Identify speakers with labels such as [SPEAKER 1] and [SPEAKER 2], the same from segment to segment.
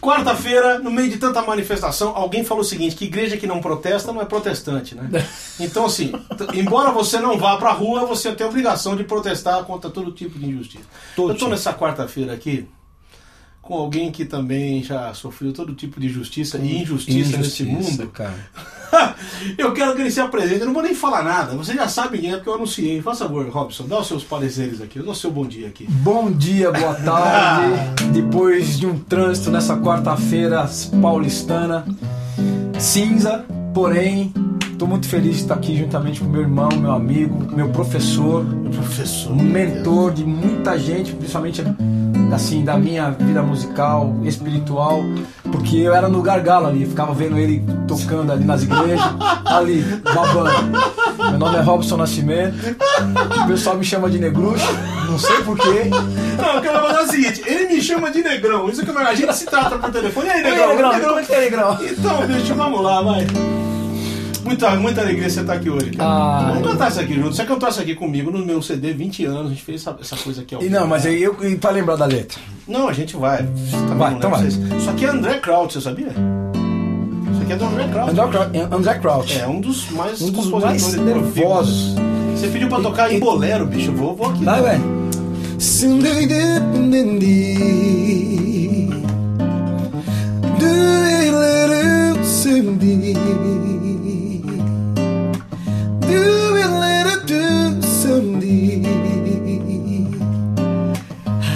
[SPEAKER 1] quarta-feira, no meio de tanta manifestação, alguém falou o seguinte: que igreja que não protesta não é protestante, né? Então, assim, t- embora você não vá pra rua, você tem a obrigação de protestar contra todo tipo de injustiça.
[SPEAKER 2] Todo
[SPEAKER 1] Eu tô
[SPEAKER 2] tipo.
[SPEAKER 1] nessa quarta-feira aqui com alguém que também já sofreu todo tipo de justiça e injustiça, nesse mundo.
[SPEAKER 2] cara.
[SPEAKER 1] eu quero que ele se apresente. Eu não vou nem falar nada. Você já sabe quem é, porque eu anunciei. Faz favor, Robson, dá os seus pareceres aqui. Eu dou o seu bom dia aqui.
[SPEAKER 2] Bom dia, boa tarde. Depois de um trânsito nessa quarta-feira paulistana, cinza, porém, tô muito feliz de estar aqui juntamente com meu irmão, meu amigo, meu professor,
[SPEAKER 1] Professor.
[SPEAKER 2] um mentor de muita gente, principalmente assim da minha vida musical, espiritual, porque eu era no gargalo ali, ficava vendo ele tocando ali nas igrejas, ali babando. Meu nome é Robson Nascimento, o pessoal me chama de Negruxo, não sei porquê.
[SPEAKER 1] Não, eu quero falar o seguinte: ele me chama de negrão. Isso que eu- a gente se trata por telefone. E aí, negrão?
[SPEAKER 2] como é que é, Negrão?
[SPEAKER 1] Então, bicho, vamos lá, vai. Muita, muita alegria você estar aqui hoje. cara.
[SPEAKER 2] Ah.
[SPEAKER 1] Vamos cantar isso aqui junto. Você cantou isso aqui comigo no meu CD 20 anos. A gente fez essa, essa coisa aqui ao
[SPEAKER 2] E
[SPEAKER 1] vivo.
[SPEAKER 2] não, mas aí eu e pra lembrar da letra.
[SPEAKER 1] Não, a gente vai. Você também
[SPEAKER 2] Vai,
[SPEAKER 1] não
[SPEAKER 2] então
[SPEAKER 1] lembra
[SPEAKER 2] vai.
[SPEAKER 1] disso. Isso aqui é André Kraut, você sabia? Isso aqui é do André Kraut.
[SPEAKER 2] André Crouch, André Crouch.
[SPEAKER 1] É, um dos mais
[SPEAKER 2] um dos
[SPEAKER 1] compositores
[SPEAKER 2] mais
[SPEAKER 1] prolíficos.
[SPEAKER 2] nervosos.
[SPEAKER 1] Você pediu pra tocar em bolero, bicho. Eu vou, vou aqui.
[SPEAKER 2] Vai, velho. Sendo independente, de ler eu sendi, de ler eu sendi.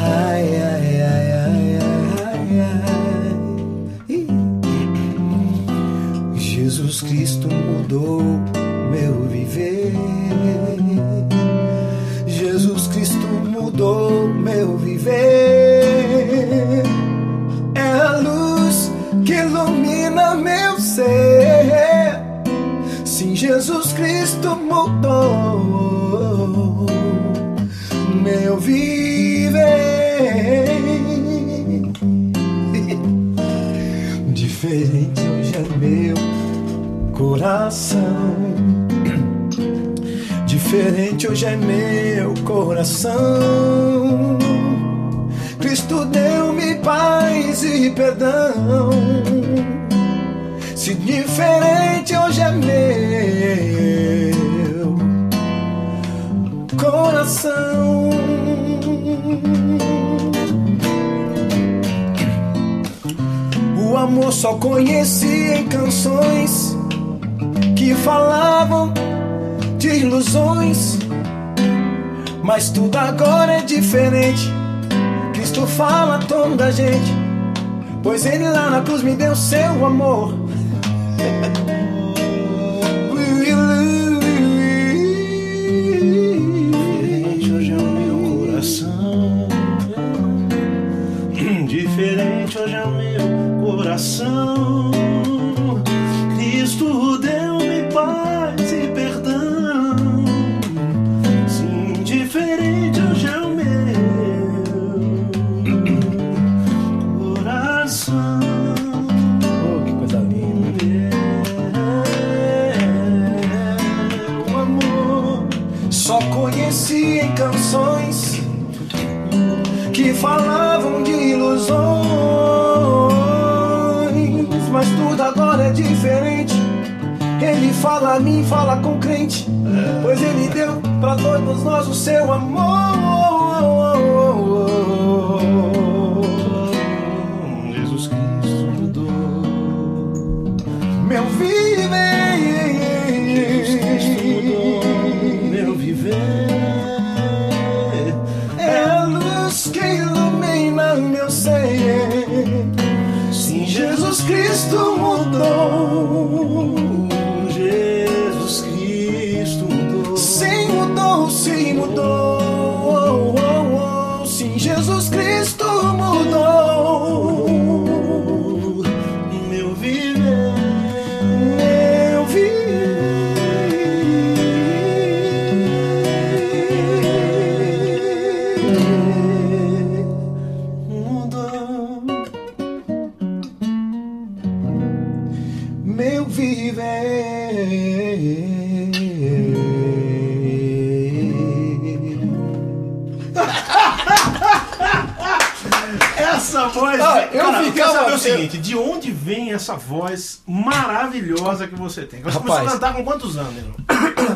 [SPEAKER 2] Ai, ai, ai, ai, ai, ai. Ih. Jesus Cristo mudou meu viver. Jesus Cristo mudou meu viver. É a luz que ilumina meu ser. Sim, Jesus Cristo mudou meu viver. Diferente hoje é meu coração. Diferente hoje é meu coração. Cristo deu-me paz e perdão. Se diferente hoje é meu coração. O amor só conheci em canções que falavam de ilusões. Mas tudo agora é diferente. Cristo fala tom da gente, pois Ele lá na cruz me deu seu amor.
[SPEAKER 1] Diferente hoje é o meu coração. Diferente hoje é o meu coração. Cristo deu-me paz e perdão. Sim, diferente hoje é o meu coração.
[SPEAKER 2] Oh, que coisa linda.
[SPEAKER 1] É o amor.
[SPEAKER 2] Só conheci em canções que falavam de ilusões. Mas tudo agora é diferente. Ele fala a mim, fala com crente. Pois ele deu pra todos nós o seu amor.
[SPEAKER 1] Jesus Cristo mudou.
[SPEAKER 2] Meu
[SPEAKER 1] Jesus Cristo mudou
[SPEAKER 2] viver.
[SPEAKER 1] meu viver.
[SPEAKER 2] É a luz que ilumina meu ser.
[SPEAKER 1] Sim, Jesus
[SPEAKER 2] Jesus Cristo mudou.
[SPEAKER 1] mudou. Jesus Cristo mudou.
[SPEAKER 2] Sim, mudou, sim, mudou. Oh, oh, oh. Sim, Jesus Cristo mudou.
[SPEAKER 1] Meu viver.
[SPEAKER 2] Meu viver.
[SPEAKER 1] Mudou.
[SPEAKER 2] meu viver.
[SPEAKER 1] Essa voz.
[SPEAKER 2] Ah, eu
[SPEAKER 1] cara,
[SPEAKER 2] ficava-
[SPEAKER 1] quero saber
[SPEAKER 2] eu-
[SPEAKER 1] o seguinte: de onde vem essa voz maravilhosa que você tem? Você começou a
[SPEAKER 2] Rapaz.
[SPEAKER 1] cantar com quantos anos, Negão?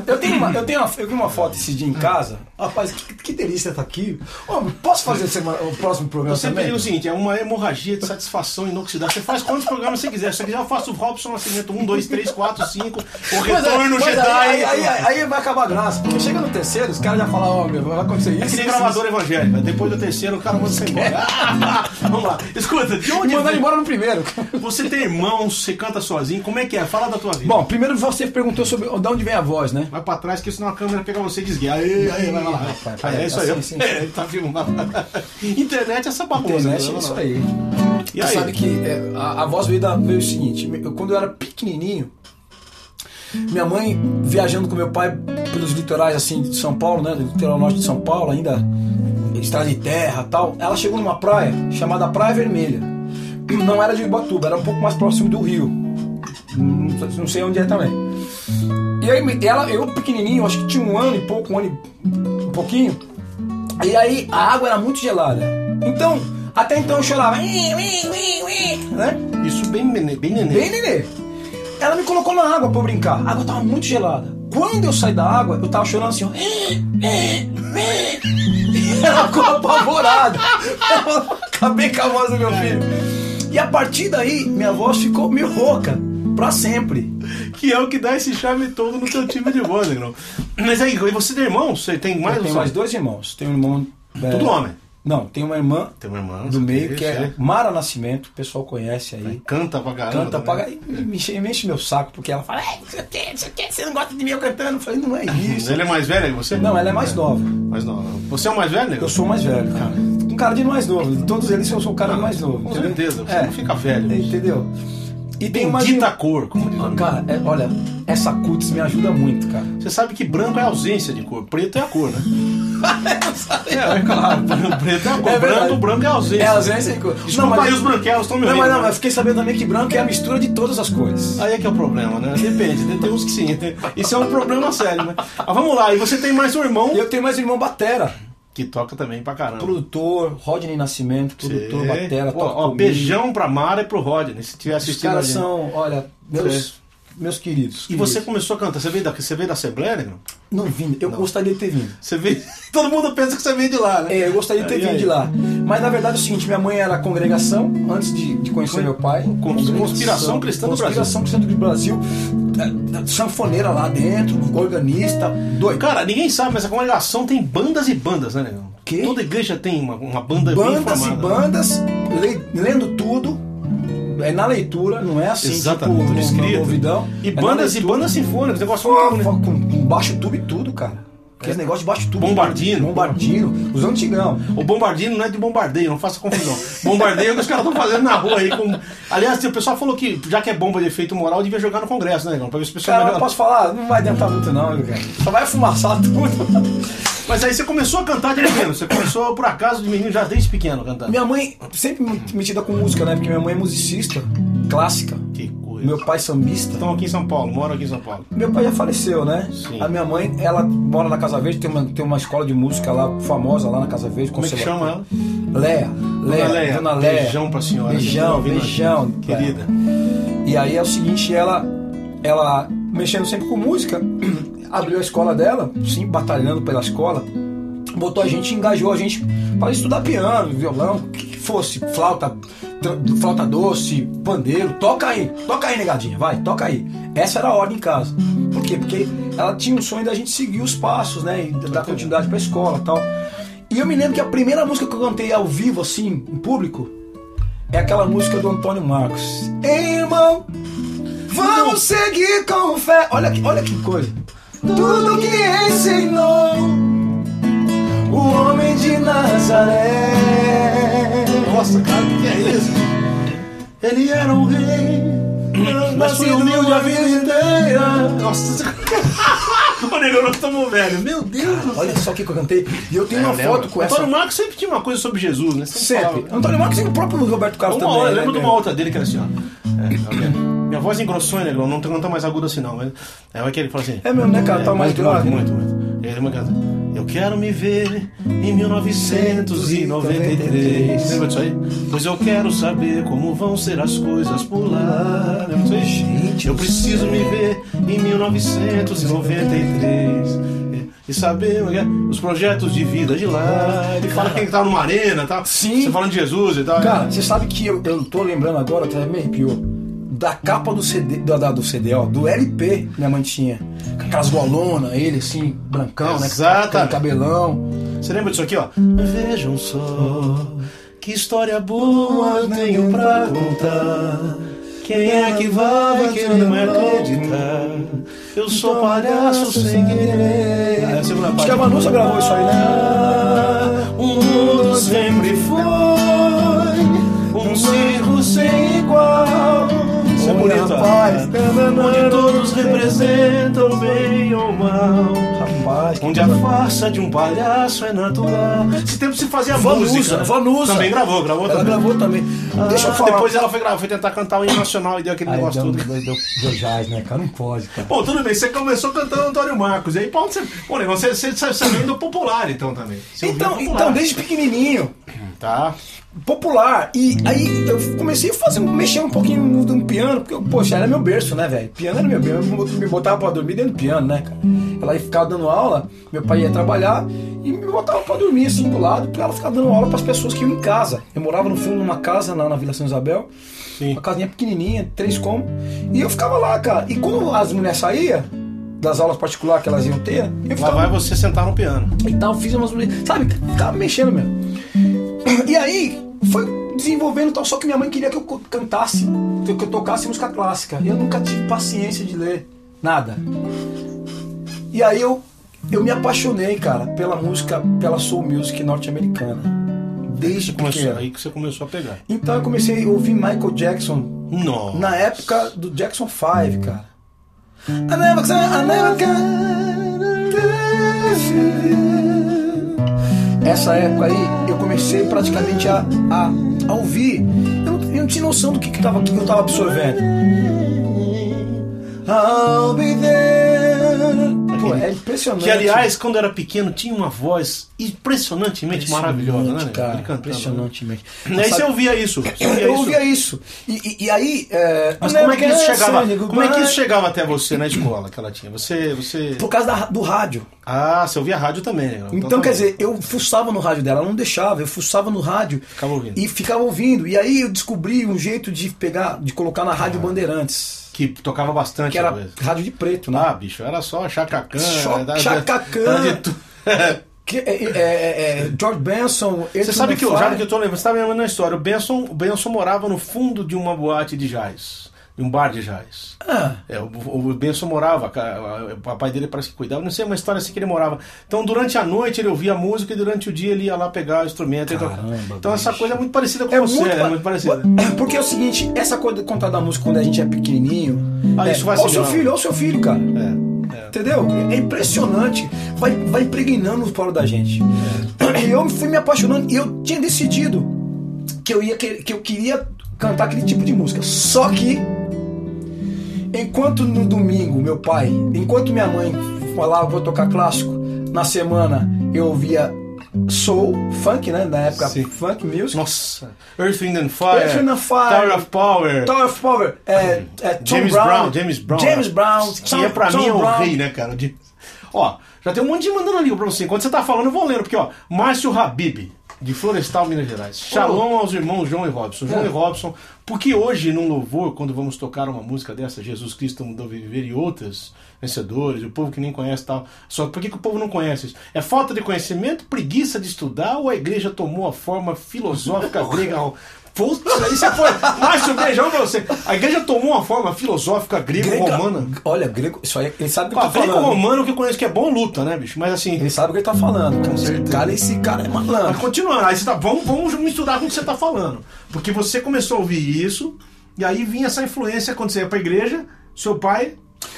[SPEAKER 2] Eu tenho uma, eu tenho uma, eu vi uma foto esse dia em casa. Rapaz, que, que delícia tá aqui. Ô, posso fazer semana- o próximo programa
[SPEAKER 1] Você
[SPEAKER 2] também?
[SPEAKER 1] pediu o seguinte: é uma hemorragia de satisfação inoxidável. Você faz quantos programas você quiser. Se você quiser, eu faço o Robson Nascimento 1, 2, 3, 4, 5. O
[SPEAKER 2] Mas aí-
[SPEAKER 1] Retorno
[SPEAKER 2] mas aí-
[SPEAKER 1] Jedi.
[SPEAKER 2] é, Aí, aí, aí vai acabar a graça. Porque chega no terceiro, os caras já falam, ó, meu, vai acontecer isso.
[SPEAKER 1] É que nem
[SPEAKER 2] isso,
[SPEAKER 1] gravador evangélico. Depois do terceiro, o cara manda você embora. Vamos lá. Escuta, de
[SPEAKER 2] isso.
[SPEAKER 1] onde
[SPEAKER 2] E mandaram
[SPEAKER 1] vem-
[SPEAKER 2] É. embora no primeiro.
[SPEAKER 1] Você tem irmãos, você canta sozinho, como é que é? Fala da tua vida.
[SPEAKER 2] Bom, primeiro você perguntou sobre de onde vem a voz, né?
[SPEAKER 1] Vai pra trás, que senão a câmera pega você e desguia. Aê, aê, vai lá. vai lá.
[SPEAKER 2] Rapaz,
[SPEAKER 1] Aí, é isso aí.
[SPEAKER 2] assim, sim.
[SPEAKER 1] É, tá filmado. Internet é essa bagunça.
[SPEAKER 2] Internet,
[SPEAKER 1] né?
[SPEAKER 2] é isso aí.
[SPEAKER 1] E
[SPEAKER 2] Você
[SPEAKER 1] aí?
[SPEAKER 2] sabe que é, a, a voz veio, da, veio o seguinte: eu- quando eu era pequenininho, minha mãe viajando com meu pai pelos litorais assim de São Paulo, né? Do litoral norte de São Paulo, ainda estrada de terra tal. Ela chegou numa praia chamada Praia Vermelha. Não era de Ubatuba, era um pouco mais próximo do rio. Não, não sei onde é também. E aí me- ela, eu pequenininho, acho que tinha um ano e pouco, um ano e um pouquinho. E aí a água era muito gelada. Então, até então eu chorava. "Ih, ui, ui, ui", Né?
[SPEAKER 1] Isso bem nenê. Bem nenê.
[SPEAKER 2] Bem, nenê. Ela me colocou na água pra eu brincar. A água tava muito gelada. Quando eu saí da água, eu tava chorando assim, ó. "Ih, ih, ih". Ela ficou apavorada. Acabei com a voz do meu filho. E a partir daí, minha voz ficou meio rouca. Pra sempre.
[SPEAKER 1] Que é o que dá esse charme todo no teu time de voz, Negrão. Mas aí, e você tem irmão? Você tem mais
[SPEAKER 2] Eu tenho
[SPEAKER 1] um?
[SPEAKER 2] mais dois irmãos. Tenho um irmão. é,
[SPEAKER 1] Tudo homem.
[SPEAKER 2] Não, tem uma irmã
[SPEAKER 1] Tem um irmão.
[SPEAKER 2] do meio
[SPEAKER 1] isso,
[SPEAKER 2] que é Mara Nascimento, o pessoal conhece aí.
[SPEAKER 1] Canta pra caramba. né?
[SPEAKER 2] canta,
[SPEAKER 1] também.
[SPEAKER 2] paga e me enche, me enche meu saco, porque ela fala, "Ei, não sei o que, não sei o que, você não gosta de mim eu cantando. Eu falei, não é isso.
[SPEAKER 1] Ele é mais velho que você?
[SPEAKER 2] Não, ela é mais nova.
[SPEAKER 1] Mas não. Você é o mais velho, Negrão?
[SPEAKER 2] Eu sou o mais velho, cara. Um cara de mais novo. De todos eles eu sou o cara mais novo.
[SPEAKER 1] Com
[SPEAKER 2] entendeu?
[SPEAKER 1] certeza, você
[SPEAKER 2] É.
[SPEAKER 1] não fica velho.
[SPEAKER 2] Entendeu? E tem uma.
[SPEAKER 1] Bendita cor, como diz o amigo.
[SPEAKER 2] Cara, é- olha, essa cutis me ajuda muito, cara.
[SPEAKER 1] Você sabe que branco é ausência de cor, preto é a cor, né?
[SPEAKER 2] É, claro.
[SPEAKER 1] Preto é a cor,
[SPEAKER 2] É verdade.
[SPEAKER 1] branco, branco é ausência.
[SPEAKER 2] É ausência de cor.
[SPEAKER 1] Desculpa aí os branquelos, estão me
[SPEAKER 2] Não,
[SPEAKER 1] ouvindo. né?
[SPEAKER 2] mas não, mas fiquei sabendo também que branco é a mistura de todas as cores.
[SPEAKER 1] Aí é que é o problema, né? Depende, né? tem uns que sim. Isso é um problema sério, né? Mas vamos lá, e você tem mais um irmão
[SPEAKER 2] E eu tenho mais um irmão Batera.
[SPEAKER 1] que toca também pra caramba.
[SPEAKER 2] Produtor, Rodney Nascimento, produtor,
[SPEAKER 1] É.
[SPEAKER 2] Batera,
[SPEAKER 1] Pô,
[SPEAKER 2] toca
[SPEAKER 1] ó,
[SPEAKER 2] comigo.
[SPEAKER 1] beijão pra Mara e pro Rodney, se estiver
[SPEAKER 2] Os
[SPEAKER 1] assistindo. a
[SPEAKER 2] caras
[SPEAKER 1] gente.
[SPEAKER 2] são, olha, meus, meus queridos.
[SPEAKER 1] E você
[SPEAKER 2] queridos.
[SPEAKER 1] começou a cantar, você veio da, você veio da Assembleia, né?
[SPEAKER 2] Não vim, eu gostaria de ter vindo.
[SPEAKER 1] Você veio. Todo mundo pensa que você veio de lá, né?
[SPEAKER 2] É, eu gostaria de ter
[SPEAKER 1] E
[SPEAKER 2] vindo
[SPEAKER 1] aí?
[SPEAKER 2] de lá. Mas na verdade é o seguinte, minha mãe era congregação, antes de, de conhecer
[SPEAKER 1] Con-
[SPEAKER 2] meu pai.
[SPEAKER 1] con- conspiração cristã do
[SPEAKER 2] Conspiração cristã do Brasil. eh, Sanfoneira lá dentro, organista, doido.
[SPEAKER 1] Cara, ninguém sabe, mas a congregação tem bandas e bandas, né, Negão?
[SPEAKER 2] Quê?
[SPEAKER 1] Toda igreja tem uma, uma banda bem
[SPEAKER 2] bandas e
[SPEAKER 1] formada.
[SPEAKER 2] bandas, le- lendo tudo. É na leitura, não é assim,
[SPEAKER 1] Exatamente,
[SPEAKER 2] tipo,
[SPEAKER 1] tudo
[SPEAKER 2] no-
[SPEAKER 1] escrito.
[SPEAKER 2] no ouvidão.
[SPEAKER 1] E
[SPEAKER 2] É na
[SPEAKER 1] bandas e bandas sinfônicas, negócio
[SPEAKER 2] Pô,
[SPEAKER 1] louco, né?
[SPEAKER 2] com, com baixo tubo e tudo, cara. Aqueles negócio de baixo tubo.
[SPEAKER 1] Bombardino.
[SPEAKER 2] É. Bombardino. Os antigão.
[SPEAKER 1] O bombardino não é de bombardeio, não faça confusão. Bombardeio é o que os caras estão fazendo na rua aí. Com... Aliás, o pessoal falou que, já que é bomba de efeito moral, devia jogar no Congresso, né, Negão? Pra ver se o pessoal.
[SPEAKER 2] Cara, eu
[SPEAKER 1] melhora.
[SPEAKER 2] posso falar? Não vai adiantar muito não, viu, cara. Só vai fumaçar tudo.
[SPEAKER 1] Mas aí você começou a cantar de menino. Você começou, por acaso, de menino já desde pequeno a cantar.
[SPEAKER 2] Minha mãe sempre metida com música, né? Porque minha mãe é musicista, clássica.
[SPEAKER 1] Que coisa.
[SPEAKER 2] Meu pai é sambista.
[SPEAKER 1] Estão aqui em São Paulo, moram aqui em São Paulo.
[SPEAKER 2] Meu pai já faleceu, né?
[SPEAKER 1] Sim.
[SPEAKER 2] A minha mãe, ela mora na Casa Verde, tem uma, tem uma escola de música lá, famosa lá na Casa Verde.
[SPEAKER 1] Como é que chama ela?
[SPEAKER 2] Leia. Leia.
[SPEAKER 1] Dona Leia.
[SPEAKER 2] Dona Leia.
[SPEAKER 1] Beijão pra senhora. Tá
[SPEAKER 2] Beijão,
[SPEAKER 1] ouvindo?
[SPEAKER 2] beijão. cara.
[SPEAKER 1] Querida.
[SPEAKER 2] E aí é o seguinte, ela, ela mexendo sempre com música, abriu a escola dela, sim, batalhando pela escola, botou a gente, engajou a gente para estudar piano, violão, o que que fosse, flauta, tr- flauta doce, pandeiro, toca aí, toca aí, negadinha, vai, toca aí. Essa era a ordem em casa. Por quê? Porque ela tinha o sonho da gente seguir os passos, né, e dar continuidade para a escola, e tal. E eu me lembro que a primeira música que eu cantei ao vivo, assim, em público, é aquela música do Antônio Marcos. Ei, irmão, vamos seguir com fé. Olha que, olha que coisa. Tudo que ensinou o homem de Nazaré.
[SPEAKER 1] Nossa, cara, o que que é isso?
[SPEAKER 2] Ele era um rei,
[SPEAKER 1] Mas foi
[SPEAKER 2] nascido humilde a vida inteira.
[SPEAKER 1] Nossa, o negão, nós estamos velhos. Meu Deus do céu.
[SPEAKER 2] Olha só o que que eu cantei. E eu tenho uma foto com
[SPEAKER 1] É,
[SPEAKER 2] essa.
[SPEAKER 1] Antônio Marcos sempre tinha uma coisa sobre Jesus, né?
[SPEAKER 2] Sempre.
[SPEAKER 1] falava.
[SPEAKER 2] Antônio Marcos e o próprio Roberto Carlos
[SPEAKER 1] Uma
[SPEAKER 2] também.
[SPEAKER 1] hora, eu
[SPEAKER 2] né,
[SPEAKER 1] lembro de uma
[SPEAKER 2] cara?
[SPEAKER 1] outra dele que era assim, ó. É, tá vendo? minha voz engrossou, né, Negão? Não tem- não tá mais aguda assim, não. Mas... É, vai que ele fala assim.
[SPEAKER 2] É mesmo, né, cara? Tá mais
[SPEAKER 1] muito, muito,
[SPEAKER 2] grave. né?
[SPEAKER 1] muito, muito. Ele é uma casa. Eu quero me ver em 1993. Lembra disso aí? Pois eu quero saber como vão ser as coisas por lá. Lembra disso aí? Eu preciso me ver em 1993 É, e saber os projetos de vida de lá. Ele fala que ele tá numa arena, tá?
[SPEAKER 2] Sim.
[SPEAKER 1] Você falando de Jesus e tal.
[SPEAKER 2] Cara, você sabe que eu, eu tô lembrando agora, até me arrepiou, da capa do CD, do, da- do CD, ó, do LP, minha mãe tinha. Com aquelas golona, ele assim, brancão, né? Com
[SPEAKER 1] Exatamente.
[SPEAKER 2] aquele cabelão.
[SPEAKER 1] Você lembra disso aqui, ó? Vejam só que história boa eu tenho pra contar. Quem é que vai querer me acreditar? Eu sou palhaço sem querer. Ah, é a segunda
[SPEAKER 2] Acho que a
[SPEAKER 1] parte.
[SPEAKER 2] Manu só gravou isso aí, né?
[SPEAKER 1] O mundo sempre foi um circo sem igual. Isso é
[SPEAKER 2] Olha,
[SPEAKER 1] bonito, ó.
[SPEAKER 2] rapaz.
[SPEAKER 1] Onde todos representam bem ou mal.
[SPEAKER 2] Rapaz, que
[SPEAKER 1] Onde a farsa de um palhaço é natural. Esse tempo se fazia
[SPEAKER 2] Vanusa,
[SPEAKER 1] música. né?
[SPEAKER 2] Vanusa.
[SPEAKER 1] Também gravou, gravou
[SPEAKER 2] Ela
[SPEAKER 1] também.
[SPEAKER 2] gravou também. Deixa eu
[SPEAKER 1] Ah,
[SPEAKER 2] falar.
[SPEAKER 1] Depois ela foi, gravar, foi tentar cantar o hino nacional e deu aquele
[SPEAKER 2] Aí
[SPEAKER 1] negócio
[SPEAKER 2] deu,
[SPEAKER 1] todo.
[SPEAKER 2] deu, deu, deu jazz, né, cara? Não pode, cara.
[SPEAKER 1] Pô, tudo bem, você começou cantando Antônio Marcos. E aí, pra onde você. Pô, negócio, você, você, você vem do popular então também. Você ouviu
[SPEAKER 2] Então,
[SPEAKER 1] popular.
[SPEAKER 2] então, desde pequenininho,
[SPEAKER 1] Tá.
[SPEAKER 2] popular. E aí eu comecei a fazer, mexer um pouquinho no, no piano, porque, poxa, era meu berço, né, velho? Piano era meu berço. Eu me botava pra dormir dentro do piano, né, cara? Ela ia ficar dando aula, meu pai ia trabalhar e me botava pra dormir assim do lado, pra ela ficar dando aula pras pessoas que iam em casa. Eu morava no fundo de uma casa lá na Vila São Isabel,
[SPEAKER 1] Sim.
[SPEAKER 2] uma casinha pequenininha, três cômodos, e eu ficava lá, cara. E quando as mulheres saíam das aulas particulares que elas iam ter, eu
[SPEAKER 1] Lá
[SPEAKER 2] ficava
[SPEAKER 1] vai você sentar no piano.
[SPEAKER 2] e tal, fiz umas. Sabe, ficava mexendo mesmo. E aí, foi desenvolvendo e tal, só que minha mãe queria que eu co- cantasse, que eu tocasse música clássica. Eu nunca tive paciência de ler nada. E aí eu, eu me apaixonei, cara, pela música, pela soul music norte-americana. Desde
[SPEAKER 1] Começou,
[SPEAKER 2] pequeno.
[SPEAKER 1] aí que você começou a pegar.
[SPEAKER 2] Então eu comecei a ouvir Michael Jackson
[SPEAKER 1] Nossa. Hum.
[SPEAKER 2] na época do Jackson 5, cara. I never can, I never can. Essa época aí, eu comecei praticamente a, a, a ouvir. Eu não, eu não tinha noção do que, que, tava, do que eu tava absorvendo. I'll be there. Pô, é impressionante.
[SPEAKER 1] Que, aliás, quando era pequeno, tinha uma voz impressionantemente maravilhosa, né?
[SPEAKER 2] Cara,
[SPEAKER 1] Ele cantando.
[SPEAKER 2] impressionantemente.
[SPEAKER 1] E aí você ouvia isso. Você ouvia
[SPEAKER 2] Eu
[SPEAKER 1] isso.
[SPEAKER 2] ouvia isso. E, e- e aí. é, assim,
[SPEAKER 1] Mas como é que isso
[SPEAKER 2] Never
[SPEAKER 1] chegava?
[SPEAKER 2] say
[SPEAKER 1] Como é que isso
[SPEAKER 2] goodbye.
[SPEAKER 1] chegava até você na escola que ela tinha? Você. você...
[SPEAKER 2] Por causa da- do rádio.
[SPEAKER 1] Ah, você ouvia rádio também, né?
[SPEAKER 2] Então, quer
[SPEAKER 1] tá
[SPEAKER 2] dizer, eu fuçava no rádio dela, ela não deixava, eu fuçava no rádio
[SPEAKER 1] Ficava ouvindo.
[SPEAKER 2] e ficava ouvindo. E aí eu descobri um jeito de pegar, de colocar na
[SPEAKER 1] Ah.
[SPEAKER 2] Rádio Bandeirantes,
[SPEAKER 1] bom. Que tocava bastante
[SPEAKER 2] que era
[SPEAKER 1] coisa.
[SPEAKER 2] rádio de preto, né?
[SPEAKER 1] Ah, bicho, era só Chacacan.
[SPEAKER 2] Só Chacacã. Que, é, é, é, é, George Benson,
[SPEAKER 1] Você sabe que eu, já que eu tô lembrando, você tá me lembrando da história. O Benson, o Benson morava no fundo de uma boate de jazz, de um bar de jazz.
[SPEAKER 2] Ah,
[SPEAKER 1] É, o, o Benson morava, ca- a- o papai dele parece que cuidava, não sei, uma história assim que ele morava. Então, durante a noite ele ouvia música e durante o dia ele ia lá pegar o instrumento. e
[SPEAKER 2] Caramba,
[SPEAKER 1] tocar. então, essa
[SPEAKER 2] bicho.
[SPEAKER 1] coisa é muito parecida com
[SPEAKER 2] é
[SPEAKER 1] você,
[SPEAKER 2] muito,
[SPEAKER 1] é
[SPEAKER 2] pa-
[SPEAKER 1] muito parecida.
[SPEAKER 2] Porque é o seguinte, essa coisa de contar da música quando a gente é pequenininho.
[SPEAKER 1] Ah,
[SPEAKER 2] é,
[SPEAKER 1] isso vai
[SPEAKER 2] olha o
[SPEAKER 1] se
[SPEAKER 2] seu
[SPEAKER 1] gravar.
[SPEAKER 2] filho, olha o seu filho, cara.
[SPEAKER 1] É, é.
[SPEAKER 2] Entendeu? É impressionante. Vai, vai impregnando o polo da gente.
[SPEAKER 1] É.
[SPEAKER 2] E eu fui me apaixonando e eu tinha decidido que eu, ia, que, que eu queria cantar aquele tipo de música. Só que, enquanto no domingo meu pai, enquanto minha mãe falava vou tocar clássico, na semana eu ouvia soul, funk, né? Na época,
[SPEAKER 1] Sim.
[SPEAKER 2] funk music.
[SPEAKER 1] Nossa, Earth, Wind and Fire,
[SPEAKER 2] Earth, Wind and Fire,
[SPEAKER 1] Tower of Power,
[SPEAKER 2] Tower of Power, é, é Tom
[SPEAKER 1] James Brown,
[SPEAKER 2] Brown,
[SPEAKER 1] James Brown.
[SPEAKER 2] James Brown,
[SPEAKER 1] que é pra
[SPEAKER 2] Tom
[SPEAKER 1] mim é o
[SPEAKER 2] Brown.
[SPEAKER 1] rei, né, cara? De- Ó, já tem um monte de mandando ali pra você. Enquanto você tá falando, eu vou lendo, porque, ó, Márcio Habib, de Florestal, Minas Gerais. Shalom aos irmãos João e Robson. João
[SPEAKER 2] É.
[SPEAKER 1] e Robson, porque hoje, num louvor, quando vamos tocar uma música dessa, Jesus Cristo mudou viver e outras vencedores, o povo que nem conhece e tal. Só que por que, que o povo não conhece isso? É falta de conhecimento, preguiça de estudar ou a igreja tomou a forma filosófica grega? Putz, aí você foi. Márcio, beijão pra você. A igreja tomou uma forma filosófica grega
[SPEAKER 2] Grega-
[SPEAKER 1] romana.
[SPEAKER 2] é Olha, grego, isso aí, ele sabe do que
[SPEAKER 1] Pá,
[SPEAKER 2] tá falando.
[SPEAKER 1] grego romano que eu conheço que é bom luta, né, bicho? Mas assim.
[SPEAKER 2] Ele sabe o que ele tá falando. cara. Esse
[SPEAKER 1] certeza.
[SPEAKER 2] cara, esse cara é
[SPEAKER 1] Mas
[SPEAKER 2] malandro.
[SPEAKER 1] continuando, aí você tá, vamos, vamos misturar com o que você tá falando. Porque você começou a ouvir isso, e aí vinha essa influência quando você ia pra igreja, seu pai.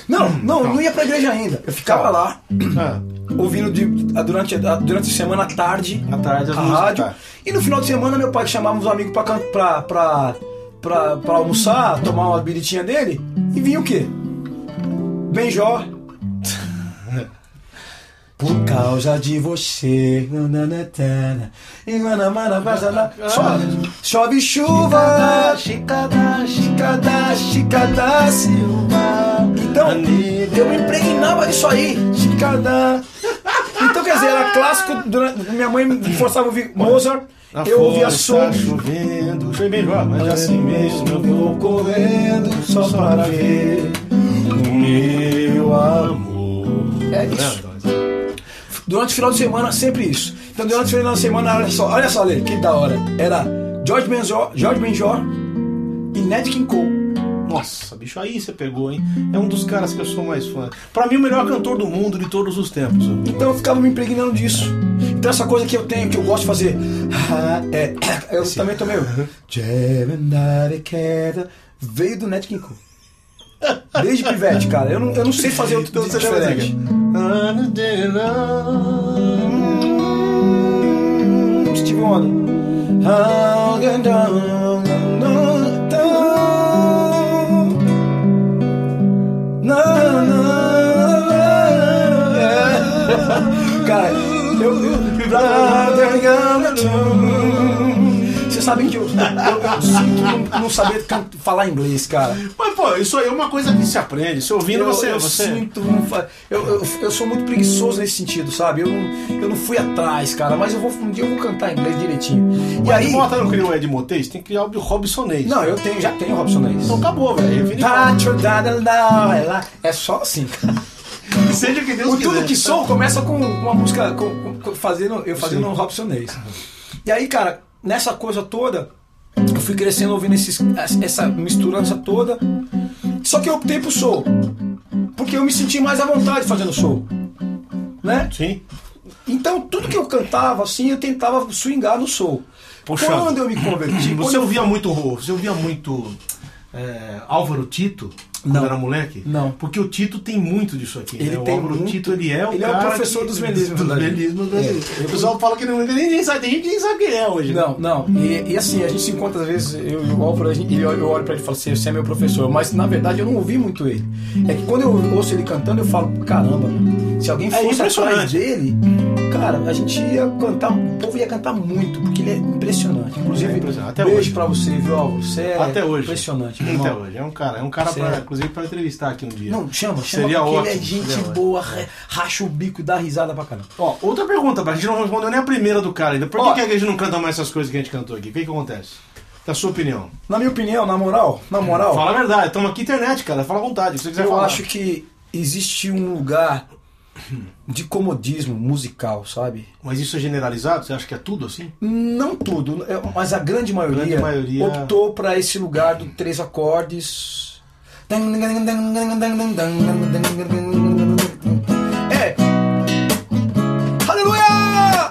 [SPEAKER 2] Não, não, eu não ia pra igreja ainda. Eu ficava
[SPEAKER 1] Hum, Tá. Ah,
[SPEAKER 2] lá, ouvindo de- a- durante, a, durante a semana à tarde,
[SPEAKER 1] À tarde, as
[SPEAKER 2] a
[SPEAKER 1] músicas,
[SPEAKER 2] rádio.
[SPEAKER 1] Ah, tá.
[SPEAKER 2] E no final de semana, meu pai chamava os amigos pra, can- pra, pra, pra, pra almoçar, tomar uma biritinha dele. E vinha o quê? Benjó, Por causa de você. nananetana, iguanamara, vazala. Só chove chuva.
[SPEAKER 1] tá. Chicada,
[SPEAKER 2] Chicada, chicada, silva. Então, eu me impregnava disso aí. Chicada. Então, quer dizer, era clássico. durante- minha mãe me forçava a ouvir Mozart.
[SPEAKER 1] Na
[SPEAKER 2] Eu ouvia
[SPEAKER 1] fora
[SPEAKER 2] som.
[SPEAKER 1] Tá chovendo. Foi melhor, mas assim mesmo eu vou correndo só para ver o meu amor.
[SPEAKER 2] É isso.
[SPEAKER 1] Não,
[SPEAKER 2] Durante o final de semana, sempre isso. Então, durante o final de semana, olha só, olha só, Lê, que da hora. Era George Benjor, George Benjor e Ned King Cole.
[SPEAKER 1] Nossa, bicho, aí você pegou, hein? É um dos caras que eu sou mais fã. Pra mim, o melhor cantor do mundo de todos os tempos.
[SPEAKER 2] Então, eu ficava me impregnando disso. Então, essa coisa que eu tenho, que eu gosto de fazer. ah, é, eu também tomei. o Jebendare Queda. Veio do Ned King Cole. Desde pivete, cara. Eu não, eu não sei fazer é outro
[SPEAKER 1] Então, você lembra
[SPEAKER 2] diferente.
[SPEAKER 1] daqui?
[SPEAKER 2] Hum, Steve Wonder. Cara, eu. Vocês sabem que eu, eu, eu sinto não, não saber can- falar inglês, cara.
[SPEAKER 1] Mas, pô, isso aí é uma coisa que se aprende. Se ouvindo,
[SPEAKER 2] Eu,
[SPEAKER 1] você.
[SPEAKER 2] eu
[SPEAKER 1] você...
[SPEAKER 2] sinto. não fa- Eu, eu, eu sou muito preguiçoso nesse sentido, sabe? Eu não, eu não fui atrás, cara, mas eu vou, um dia eu vou cantar inglês direitinho. E
[SPEAKER 1] Mas
[SPEAKER 2] aí.
[SPEAKER 1] Bota, não criou o Ed Motez? Tem que criar o Robsonês.
[SPEAKER 2] Não, eu tenho, já tenho Robson Reis.
[SPEAKER 1] Então acabou, velho. Vini
[SPEAKER 2] Tá, tchau, dá, dá, dá, ela- É só assim.
[SPEAKER 1] Paulo, Seja o que Deus
[SPEAKER 2] O Tudo
[SPEAKER 1] quiser.
[SPEAKER 2] Que Sou começa com uma música com, com- com- fazendo, eu fazendo
[SPEAKER 1] Sim.
[SPEAKER 2] um Robson Reis. E aí, cara, nessa coisa toda, eu fui crescendo ouvindo esses, essa misturança toda. Só que eu optei pro soul. Porque eu me senti mais à vontade fazendo soul. Né?
[SPEAKER 1] Sim.
[SPEAKER 2] Então, tudo que eu cantava, assim, eu tentava swingar no soul.
[SPEAKER 1] Puxa.
[SPEAKER 2] Quando eu me converti, quando
[SPEAKER 1] Você
[SPEAKER 2] eu
[SPEAKER 1] ouvia muito Rô, você ouvia muito é, Álvaro Tito quando
[SPEAKER 2] Não.
[SPEAKER 1] era moleque?
[SPEAKER 2] Não.
[SPEAKER 1] Porque o Tito tem muito disso aqui.
[SPEAKER 2] Ele
[SPEAKER 1] né? O
[SPEAKER 2] tem
[SPEAKER 1] Álvaro
[SPEAKER 2] muito-
[SPEAKER 1] Tito, ele é o
[SPEAKER 2] ele é o
[SPEAKER 1] cara
[SPEAKER 2] professor
[SPEAKER 1] que-
[SPEAKER 2] dos melismos
[SPEAKER 1] Dos
[SPEAKER 2] da gente.
[SPEAKER 1] melismos
[SPEAKER 2] É.
[SPEAKER 1] brasileiros. O pessoal fala que não, ninguém nem sabe, tem gente que nem sabe quem é hoje. né?
[SPEAKER 2] Não, não. E, e assim, a gente se encontra às vezes, eu e o Álvaro, a gente- ele- eu olho pra ele e falo assim, você é meu professor. Mas na verdade eu não ouvi muito ele. É que quando eu ouço ele cantando, eu falo, caramba, meu, se alguém
[SPEAKER 1] É
[SPEAKER 2] fosse atrás
[SPEAKER 1] impressionante.
[SPEAKER 2] dele, cara, a gente ia cantar, o povo ia cantar muito, porque ele é impressionante. Inclusive,
[SPEAKER 1] É impressionante. Até
[SPEAKER 2] beijo
[SPEAKER 1] hoje.
[SPEAKER 2] pra você, viu, Álvaro? Você é
[SPEAKER 1] Até hoje.
[SPEAKER 2] impressionante, meu irmão.
[SPEAKER 1] Até hoje. É um cara, é um cara, pra,
[SPEAKER 2] Sério.
[SPEAKER 1] inclusive, pra entrevistar aqui um dia.
[SPEAKER 2] Não, chama, chama,
[SPEAKER 1] Seria
[SPEAKER 2] porque
[SPEAKER 1] ótimo.
[SPEAKER 2] ele é gente
[SPEAKER 1] seria ótimo.
[SPEAKER 2] boa, ra- racha o bico e dá risada pra caramba.
[SPEAKER 1] Ó, outra pergunta, pra gente não respondeu nem a primeira do cara ainda. Por
[SPEAKER 2] Ó.
[SPEAKER 1] que, que a gente não canta mais essas coisas que a gente cantou aqui? O que, que acontece? Da sua opinião.
[SPEAKER 2] Na minha opinião, na moral, na moral,
[SPEAKER 1] Fala a verdade, estamos aqui internet, cara. Fala à vontade, se você quiser
[SPEAKER 2] Eu
[SPEAKER 1] falar.
[SPEAKER 2] acho que existe um lugar de comodismo musical, sabe?
[SPEAKER 1] Mas isso é generalizado? Você acha que é tudo assim?
[SPEAKER 2] Não tudo, é, mas a grande maioria,
[SPEAKER 1] Grande maioria-
[SPEAKER 2] optou para esse lugar do três acordes. É. Aleluia!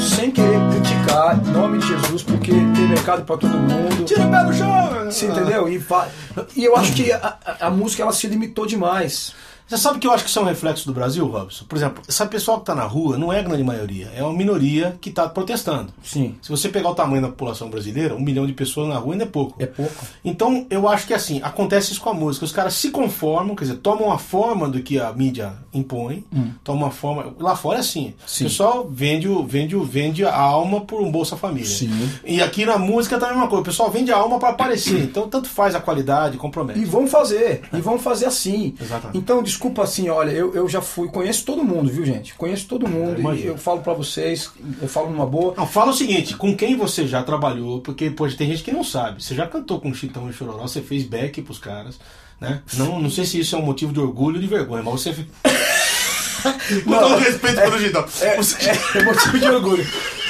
[SPEAKER 2] Sem querer criticar, em nome de Jesus, porque tem mercado para todo mundo.
[SPEAKER 1] Tira o pé do chão!
[SPEAKER 2] Você entendeu? E, fa- e eu acho que a, a- a música ela se limitou demais.
[SPEAKER 1] Você sabe que eu acho que isso é um reflexo do Brasil, Robson? Por exemplo, essa pessoa que tá na rua não é a grande maioria, é uma minoria que tá protestando.
[SPEAKER 2] Sim.
[SPEAKER 1] Se você pegar o tamanho da população brasileira, um milhão de pessoas na rua ainda é pouco.
[SPEAKER 2] É pouco.
[SPEAKER 1] Então, eu acho que assim, acontece isso com a música. Os caras se conformam, quer dizer, tomam a forma do que a mídia impõe, tomam a forma. Lá fora é assim.
[SPEAKER 2] Hum. Sim.
[SPEAKER 1] O pessoal vende, o- vende, o- vende a alma por um Bolsa Família.
[SPEAKER 2] Sim.
[SPEAKER 1] E aqui na música tá a mesma coisa. O pessoal vende a alma para aparecer. Então, tanto faz a qualidade, compromete.
[SPEAKER 2] E vão fazer, e vão fazer assim.
[SPEAKER 1] Exatamente.
[SPEAKER 2] Então, desculpa assim, olha, eu, eu já fui, conheço todo mundo, viu, gente? Conheço todo mundo, e
[SPEAKER 1] imagino.
[SPEAKER 2] eu falo pra vocês, eu falo numa boa.
[SPEAKER 1] Não, fala o seguinte, com quem você já trabalhou, porque pô, tem gente que não sabe. Você já cantou com Chitão e Chororó, você fez back pros caras, né? Não, não sei se isso é um motivo de orgulho ou de vergonha, mas você. com
[SPEAKER 2] Não,
[SPEAKER 1] todo respeito pelo Chitão.
[SPEAKER 2] É,
[SPEAKER 1] Você-
[SPEAKER 2] é, é motivo de orgulho.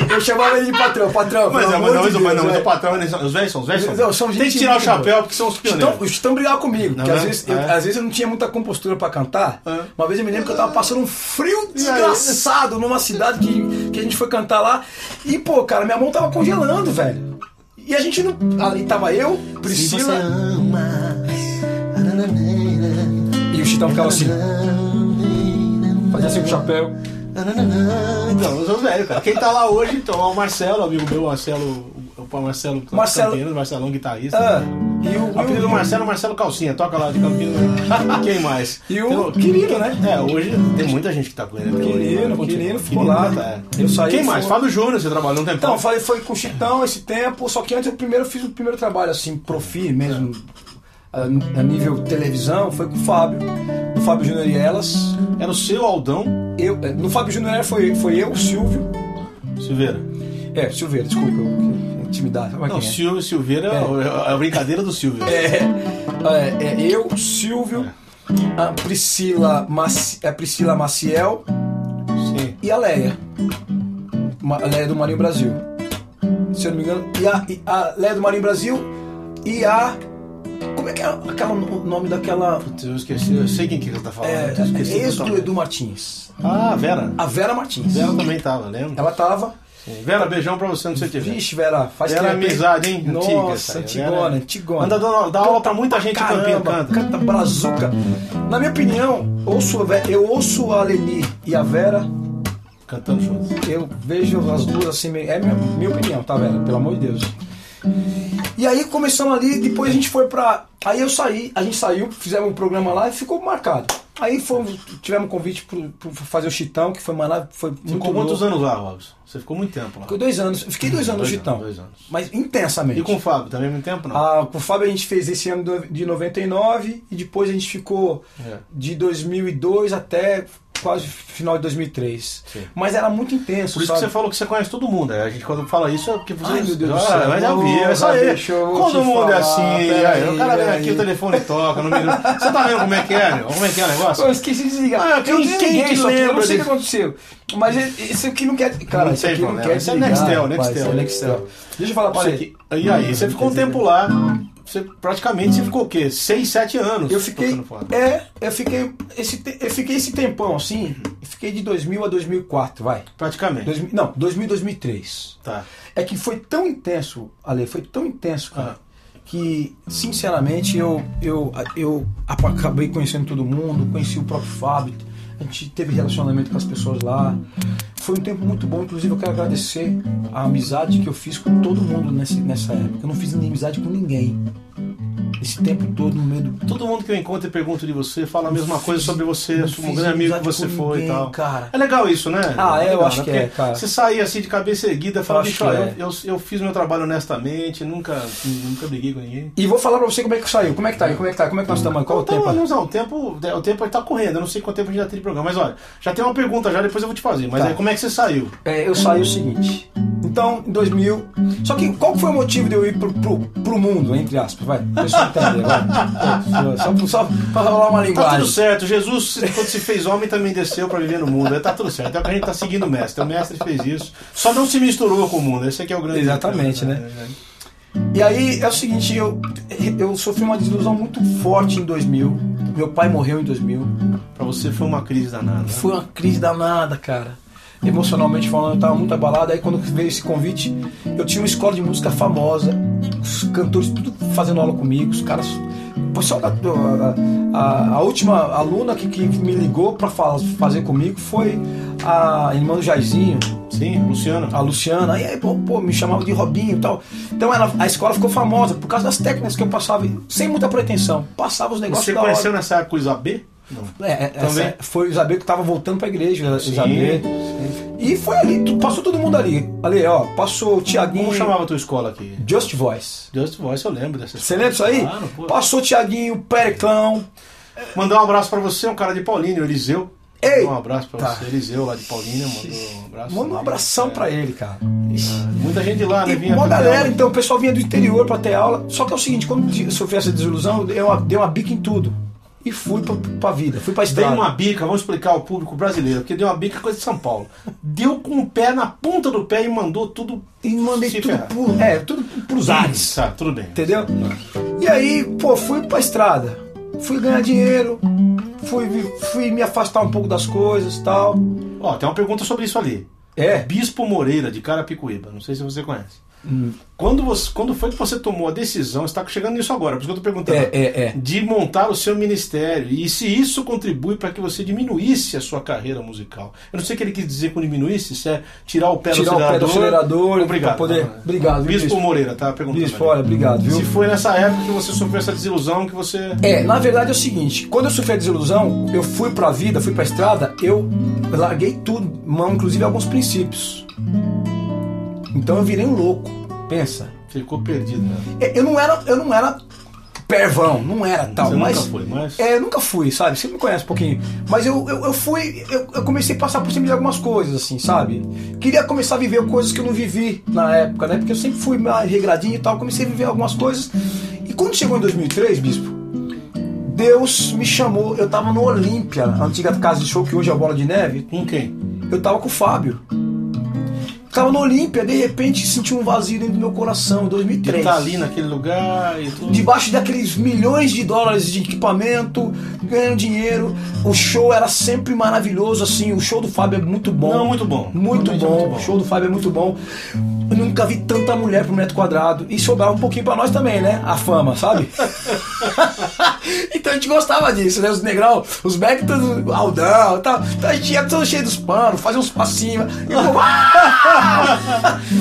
[SPEAKER 2] Eu chamava ele de patrão, patrão.
[SPEAKER 1] Mas, é, mas,
[SPEAKER 2] pelo
[SPEAKER 1] não,
[SPEAKER 2] amor
[SPEAKER 1] mas,
[SPEAKER 2] de
[SPEAKER 1] mas,
[SPEAKER 2] Deus,
[SPEAKER 1] não, mas
[SPEAKER 2] é.
[SPEAKER 1] o patrão, eles são- os velhos são, os velhos são.
[SPEAKER 2] Não, são
[SPEAKER 1] tem
[SPEAKER 2] gente
[SPEAKER 1] que tirar o
[SPEAKER 2] muito boa.
[SPEAKER 1] chapéu porque são os
[SPEAKER 2] Estão,
[SPEAKER 1] pioneiros.
[SPEAKER 2] estão brigando comigo, porque
[SPEAKER 1] Não,
[SPEAKER 2] às
[SPEAKER 1] né?
[SPEAKER 2] vezes, eu,
[SPEAKER 1] É.
[SPEAKER 2] às vezes eu não tinha muita compostura pra cantar.
[SPEAKER 1] É.
[SPEAKER 2] Uma vez eu me lembro que eu tava passando um frio desgraçado numa cidade que, que a gente foi cantar lá. E, pô, cara, minha mão tava congelando, velho. E a gente não. Ali tava eu, Priscila
[SPEAKER 1] é.
[SPEAKER 2] e o Chitão ficava assim. Fazia assim com o chapéu.
[SPEAKER 1] Então, eu sou velho, cara. Quem tá lá hoje, então, é o Marcelo, amigo meu, Marcelo, o- o para Marcelo
[SPEAKER 2] Marcelo-
[SPEAKER 1] Campinas, Marcelão guitarrista.
[SPEAKER 2] Ah,
[SPEAKER 1] né?
[SPEAKER 2] e o,
[SPEAKER 1] O apelido do Marcelo é Marcelo Calcinha, toca lá de Campinas. Quem mais?
[SPEAKER 2] E o
[SPEAKER 1] Tem-
[SPEAKER 2] Quirino, né?
[SPEAKER 1] É, hoje tem muita gente que tá com ele. até hoje,
[SPEAKER 2] Quirino,
[SPEAKER 1] né?
[SPEAKER 2] o Quirino ficou lá.
[SPEAKER 1] tá, é.
[SPEAKER 2] Eu saí,
[SPEAKER 1] Quem mais?
[SPEAKER 2] fui-
[SPEAKER 1] Fábio Júnior, você trabalhou um tempão.
[SPEAKER 2] Então, eu falei, foi com o Chitão esse tempo, só que antes eu primeiro fiz o primeiro trabalho, assim, profi mesmo, a, a nível televisão, foi com o Fábio. O Fábio Júnior e elas.
[SPEAKER 1] Era o seu Aldão
[SPEAKER 2] Eu, é, no Fábio Júnior foi, foi eu, o Silvio.
[SPEAKER 1] Silveira.
[SPEAKER 2] É, Silveira, desculpa, eu, intimidade. Sabe
[SPEAKER 1] Não,
[SPEAKER 2] quem é?
[SPEAKER 1] Sil- Silveira é. a- a brincadeira do Silvio.
[SPEAKER 2] É, é, é eu, Silvio, a Priscila, Maci, a Priscila Maciel
[SPEAKER 1] Sim.
[SPEAKER 2] e a Leia. Ma- a Leia do Marinho Brasil. Se eu não me engano. E a, e a Leia do Marinho Brasil e a. Como é que é aquela- o nome daquela.
[SPEAKER 1] Putz, eu esqueci, eu sei quem que você tá falando.
[SPEAKER 2] É,
[SPEAKER 1] eu tô esquecendo
[SPEAKER 2] ex do
[SPEAKER 1] totalmente.
[SPEAKER 2] Edu Martins.
[SPEAKER 1] Ah, Vera.
[SPEAKER 2] A Vera Martins.
[SPEAKER 1] Vera também tava, lembra?
[SPEAKER 2] Ela tava.
[SPEAKER 1] Sim. Vera, beijão pra você onde você estiver.
[SPEAKER 2] Vixe, Vera, faz
[SPEAKER 1] Vera é
[SPEAKER 2] tempo, hein?
[SPEAKER 1] amizade, hein? Antiga essa
[SPEAKER 2] Nossa,
[SPEAKER 1] aí,
[SPEAKER 2] antigona,
[SPEAKER 1] Vera. é
[SPEAKER 2] antigona.
[SPEAKER 1] Anda dando- dá aula pra muita gente em
[SPEAKER 2] Caramba,
[SPEAKER 1] Campinas, canta.
[SPEAKER 2] canta brazuca. Na minha opinião, ouço, a Ve- eu ouço a Leni e a Vera,
[SPEAKER 1] Cantando juntos.
[SPEAKER 2] eu vejo as duas assim, meio- é minha, minha opinião, tá, Vera? Pelo amor de Deus. E aí começamos ali, depois a gente foi pra. Aí eu saí, a gente saiu, fizemos um programa lá e ficou marcado. Aí fomos, tivemos um convite pro, pro fazer o Chitão, que foi maravilhoso. Foi
[SPEAKER 1] Ficou
[SPEAKER 2] muito
[SPEAKER 1] quantos
[SPEAKER 2] louco.
[SPEAKER 1] anos lá, Robson? Você ficou muito tempo lá.
[SPEAKER 2] Ficou dois anos. Fiquei dois anos
[SPEAKER 1] Dois anos,
[SPEAKER 2] no Chitão.
[SPEAKER 1] dois anos.
[SPEAKER 2] Mas intensamente.
[SPEAKER 1] E com o Fábio, também muito tempo não?
[SPEAKER 2] Ah, com o Fábio a gente fez esse ano do- de 99 e depois a gente ficou
[SPEAKER 1] É.
[SPEAKER 2] de 2002 até quase final de 2003.
[SPEAKER 1] Sim.
[SPEAKER 2] Mas era muito intenso,
[SPEAKER 1] Por isso que
[SPEAKER 2] sabe?
[SPEAKER 1] você falou que você conhece todo mundo. né? A gente quando fala isso é porque você.
[SPEAKER 2] Ai, meu Deus do
[SPEAKER 1] Ah,
[SPEAKER 2] céu.
[SPEAKER 1] Mas já vi, é isso
[SPEAKER 2] Porra,
[SPEAKER 1] aí.
[SPEAKER 2] bicho, eu vou
[SPEAKER 1] Todo
[SPEAKER 2] te
[SPEAKER 1] mundo é
[SPEAKER 2] falar,
[SPEAKER 1] assim.
[SPEAKER 2] peraí,
[SPEAKER 1] aí, o cara vem
[SPEAKER 2] peraí.
[SPEAKER 1] aqui, o telefone toca. Não me... Você tá vendo como é que é, meu? Como é que é o negócio?
[SPEAKER 2] Pô, eu esqueci de desligar.
[SPEAKER 1] Ah, quem-
[SPEAKER 2] eu desliguei
[SPEAKER 1] quem que
[SPEAKER 2] isso aqui, Eu não
[SPEAKER 1] lembra
[SPEAKER 2] sei o que
[SPEAKER 1] disso?
[SPEAKER 2] aconteceu. Mas é- isso aqui não quer. Cara,
[SPEAKER 1] Não
[SPEAKER 2] isso
[SPEAKER 1] tem
[SPEAKER 2] aqui não
[SPEAKER 1] problema.
[SPEAKER 2] quer
[SPEAKER 1] Isso é
[SPEAKER 2] desligar.
[SPEAKER 1] Nextel,
[SPEAKER 2] rapaz,
[SPEAKER 1] Nextel,
[SPEAKER 2] isso é
[SPEAKER 1] Nextel.
[SPEAKER 2] Deixa eu falar pra
[SPEAKER 1] Você
[SPEAKER 2] você. Hum,
[SPEAKER 1] que- E aí, você ficou um tempo lá. Você praticamente você ficou o quê? Seis, sete anos.
[SPEAKER 2] Eu fiquei.
[SPEAKER 1] tocando fora.
[SPEAKER 2] É, eu fiquei esse, te- eu fiquei esse tempão assim. eu Fiquei de 2000 a 2004, vai.
[SPEAKER 1] Praticamente.
[SPEAKER 2] 2000, não, 2000 2003.
[SPEAKER 1] Tá.
[SPEAKER 2] É que foi tão intenso, Ale, foi tão intenso, cara,
[SPEAKER 1] Ah.
[SPEAKER 2] que sinceramente eu, eu, eu apa- acabei conhecendo todo mundo, conheci o próprio Fábio, a gente teve relacionamento com as pessoas lá. Foi um tempo muito bom, inclusive eu quero agradecer a amizade que eu fiz com todo mundo nessa, nessa época. Eu não fiz nem amizade com ninguém. Esse tempo todo no meio do.
[SPEAKER 1] Todo mundo que eu encontro e pergunto de você fala a mesma
[SPEAKER 2] Não
[SPEAKER 1] coisa
[SPEAKER 2] fiz-
[SPEAKER 1] sobre você,
[SPEAKER 2] não
[SPEAKER 1] sobre um
[SPEAKER 2] fiz
[SPEAKER 1] grande amigo que
[SPEAKER 2] amizade
[SPEAKER 1] você
[SPEAKER 2] com
[SPEAKER 1] foi e
[SPEAKER 2] ninguém,
[SPEAKER 1] tal.
[SPEAKER 2] cara.
[SPEAKER 1] É legal isso, né?
[SPEAKER 2] Ah, é, eu
[SPEAKER 1] legal,
[SPEAKER 2] acho
[SPEAKER 1] né?
[SPEAKER 2] que é,
[SPEAKER 1] Porque
[SPEAKER 2] cara.
[SPEAKER 1] Você sair assim de cabeça erguida, fala,
[SPEAKER 2] Eu acho
[SPEAKER 1] bicho,
[SPEAKER 2] que
[SPEAKER 1] olha,
[SPEAKER 2] é.
[SPEAKER 1] eu, eu, eu fiz meu trabalho honestamente, nunca, nunca briguei com ninguém.
[SPEAKER 2] E vou falar pra você como é que saiu. Como é que tá aí? Como é que tá? Como é que nós estamos aí? Qual o
[SPEAKER 1] Então,
[SPEAKER 2] tempo?
[SPEAKER 1] não, não, o tempo, o tempo tá correndo, eu não sei quanto tempo a gente já tem de programa, mas olha, já tem uma pergunta já, depois eu vou te fazer, mas
[SPEAKER 2] Tá.
[SPEAKER 1] aí como é que você saiu?
[SPEAKER 2] É, eu saí o seguinte. Então, em 2000. Só que qual que foi o motivo de eu ir pro, pro, pro mundo, entre aspas? Vai, deixa eu entender. Vai. Só, só pra falar uma
[SPEAKER 1] Tá
[SPEAKER 2] linguagem.
[SPEAKER 1] tudo certo, Jesus, quando se fez homem, também desceu pra viver no mundo, aí tá tudo certo, é porque a gente tá seguindo o mestre, o mestre fez isso, só não se misturou com o mundo, esse aqui é o grande...
[SPEAKER 2] Exatamente, né? E aí é o seguinte, eu, eu sofri uma desilusão muito forte em 2000. Meu pai morreu em 2000.
[SPEAKER 1] Pra você foi uma crise danada. né?
[SPEAKER 2] Foi uma crise danada, cara. Emocionalmente falando, eu tava muito abalado. Aí quando veio esse convite, eu tinha uma escola de música famosa, os cantores tudo fazendo aula comigo, os caras. O pessoal da- do- a, a- a última aluna que, que me ligou pra fa- fazer comigo foi a irmã do Jairzinho,
[SPEAKER 1] Sim, Luciano.
[SPEAKER 2] a Luciana. E aí, pô, pô, me chamava de Robinho e tal. Então ela- a escola ficou famosa por causa das técnicas que eu passava, sem muita pretensão. Passava os negócios
[SPEAKER 1] Você
[SPEAKER 2] da hora.
[SPEAKER 1] conheceu nessa época o Isabê? Não.
[SPEAKER 2] É, é,
[SPEAKER 1] Também.
[SPEAKER 2] essa- foi o Isabel que tava voltando pra igreja,
[SPEAKER 1] Sim,
[SPEAKER 2] Isabel. E foi ali, tu- passou todo mundo ali. Ali, ó, passou o Tiaguinho,
[SPEAKER 1] Como chamava a tua escola aqui?
[SPEAKER 2] Just Voice.
[SPEAKER 1] Just Voice, eu lembro dessa
[SPEAKER 2] Você
[SPEAKER 1] escola.
[SPEAKER 2] lembra disso aí?
[SPEAKER 1] Claro, pô.
[SPEAKER 2] passou o Tiaguinho, Pericão.
[SPEAKER 1] Mandar um abraço pra você, um cara de Paulínia, o Eliseu.
[SPEAKER 2] Ei!
[SPEAKER 1] Um abraço pra
[SPEAKER 2] Tá.
[SPEAKER 1] você, Eliseu, lá de Paulínia, mandou um abraço.
[SPEAKER 2] Manda um abração
[SPEAKER 1] É.
[SPEAKER 2] pra ele, cara.
[SPEAKER 1] Muita gente lá, né?
[SPEAKER 2] E uma galera, então, o pessoal vinha do interior pra ter aula. Só que é o seguinte, quando eu sofri essa desilusão, eu dei uma, dei uma bica em tudo. E fui pra, pra vida, fui pra
[SPEAKER 1] Deu
[SPEAKER 2] estrada.
[SPEAKER 1] uma bica, vamos explicar ao público brasileiro, porque deu uma bica coisa de São Paulo. Deu com o pé na ponta do pé e mandou tudo.
[SPEAKER 2] E mandei
[SPEAKER 1] se
[SPEAKER 2] tudo
[SPEAKER 1] ferrar.
[SPEAKER 2] pro, é, tudo pros ares.
[SPEAKER 1] Tá, tudo bem.
[SPEAKER 2] Entendeu? E aí, pô, fui pra estrada. Fui ganhar dinheiro, fui, fui me afastar um pouco das coisas e tal.
[SPEAKER 1] Ó, tem uma pergunta sobre isso ali.
[SPEAKER 2] É,
[SPEAKER 1] Bispo Moreira, de Carapicuíba, não sei se você conhece.
[SPEAKER 2] Hum.
[SPEAKER 1] Quando, você, quando foi que você tomou a decisão, está chegando nisso agora, por isso que eu estou perguntando,
[SPEAKER 2] É, é, é.
[SPEAKER 1] de montar o seu ministério? E se isso contribui para que você diminuísse a sua carreira musical? Eu não sei o que ele quis dizer com diminuísse, se é tirar o pé do
[SPEAKER 2] Tirar o pé
[SPEAKER 1] acelerador.
[SPEAKER 2] do acelerador,
[SPEAKER 1] obrigado.
[SPEAKER 2] pra poder-
[SPEAKER 1] Não, não, não.
[SPEAKER 2] Obrigado, viu,
[SPEAKER 1] Bispo,
[SPEAKER 2] bispo?
[SPEAKER 1] Moreira, tá perguntando.
[SPEAKER 2] Bispo,
[SPEAKER 1] ali.
[SPEAKER 2] olha, obrigado, viu?
[SPEAKER 1] Se foi nessa época que você sofreu essa desilusão que você.
[SPEAKER 2] É, na verdade é o seguinte, quando eu sofri a desilusão, eu fui pra vida, fui pra estrada, eu larguei tudo, mão, inclusive alguns princípios. Então eu virei um louco, pensa.
[SPEAKER 1] Ficou perdido, né?
[SPEAKER 2] É, Eu não era, eu não era pervão, não era tal,
[SPEAKER 1] Você
[SPEAKER 2] mas
[SPEAKER 1] nunca foi, mas.
[SPEAKER 2] é, eu nunca fui, sabe? Você me conhece um pouquinho. Mas eu, eu, eu fui, eu, eu comecei a passar por cima de algumas coisas, assim, sabe? Queria começar a viver coisas que eu não vivi na época, né? Porque eu sempre fui mais regradinho e tal, comecei a viver algumas coisas. E quando chegou em 2003, bispo, Deus me chamou. Eu tava no Olímpia, a antiga casa de show que hoje é a Bola de Neve.
[SPEAKER 1] Com quem?
[SPEAKER 2] Eu tava com o Fábio. Tava no Olímpia, de repente senti um vazio dentro do meu coração, em
[SPEAKER 1] De
[SPEAKER 2] 2003
[SPEAKER 1] estar tá ali né? naquele lugar e tudo.
[SPEAKER 2] debaixo daqueles milhões de dólares de equipamento, ganhando dinheiro. O show era sempre maravilhoso, assim. O show do Fábio é muito bom.
[SPEAKER 1] Não, muito bom.
[SPEAKER 2] Muito
[SPEAKER 1] Realmente é
[SPEAKER 2] bom.
[SPEAKER 1] muito bom.
[SPEAKER 2] O show do Fábio é muito bom. Eu nunca vi tanta mulher por metro quadrado. E sobrava um pouquinho pra nós também, né? A fama, sabe? então a gente gostava disso, né? Os negrão, os back todos aldão e tal. Então a gente ia todo cheio dos panos, fazia uns passinhos. E "Ah!" eu,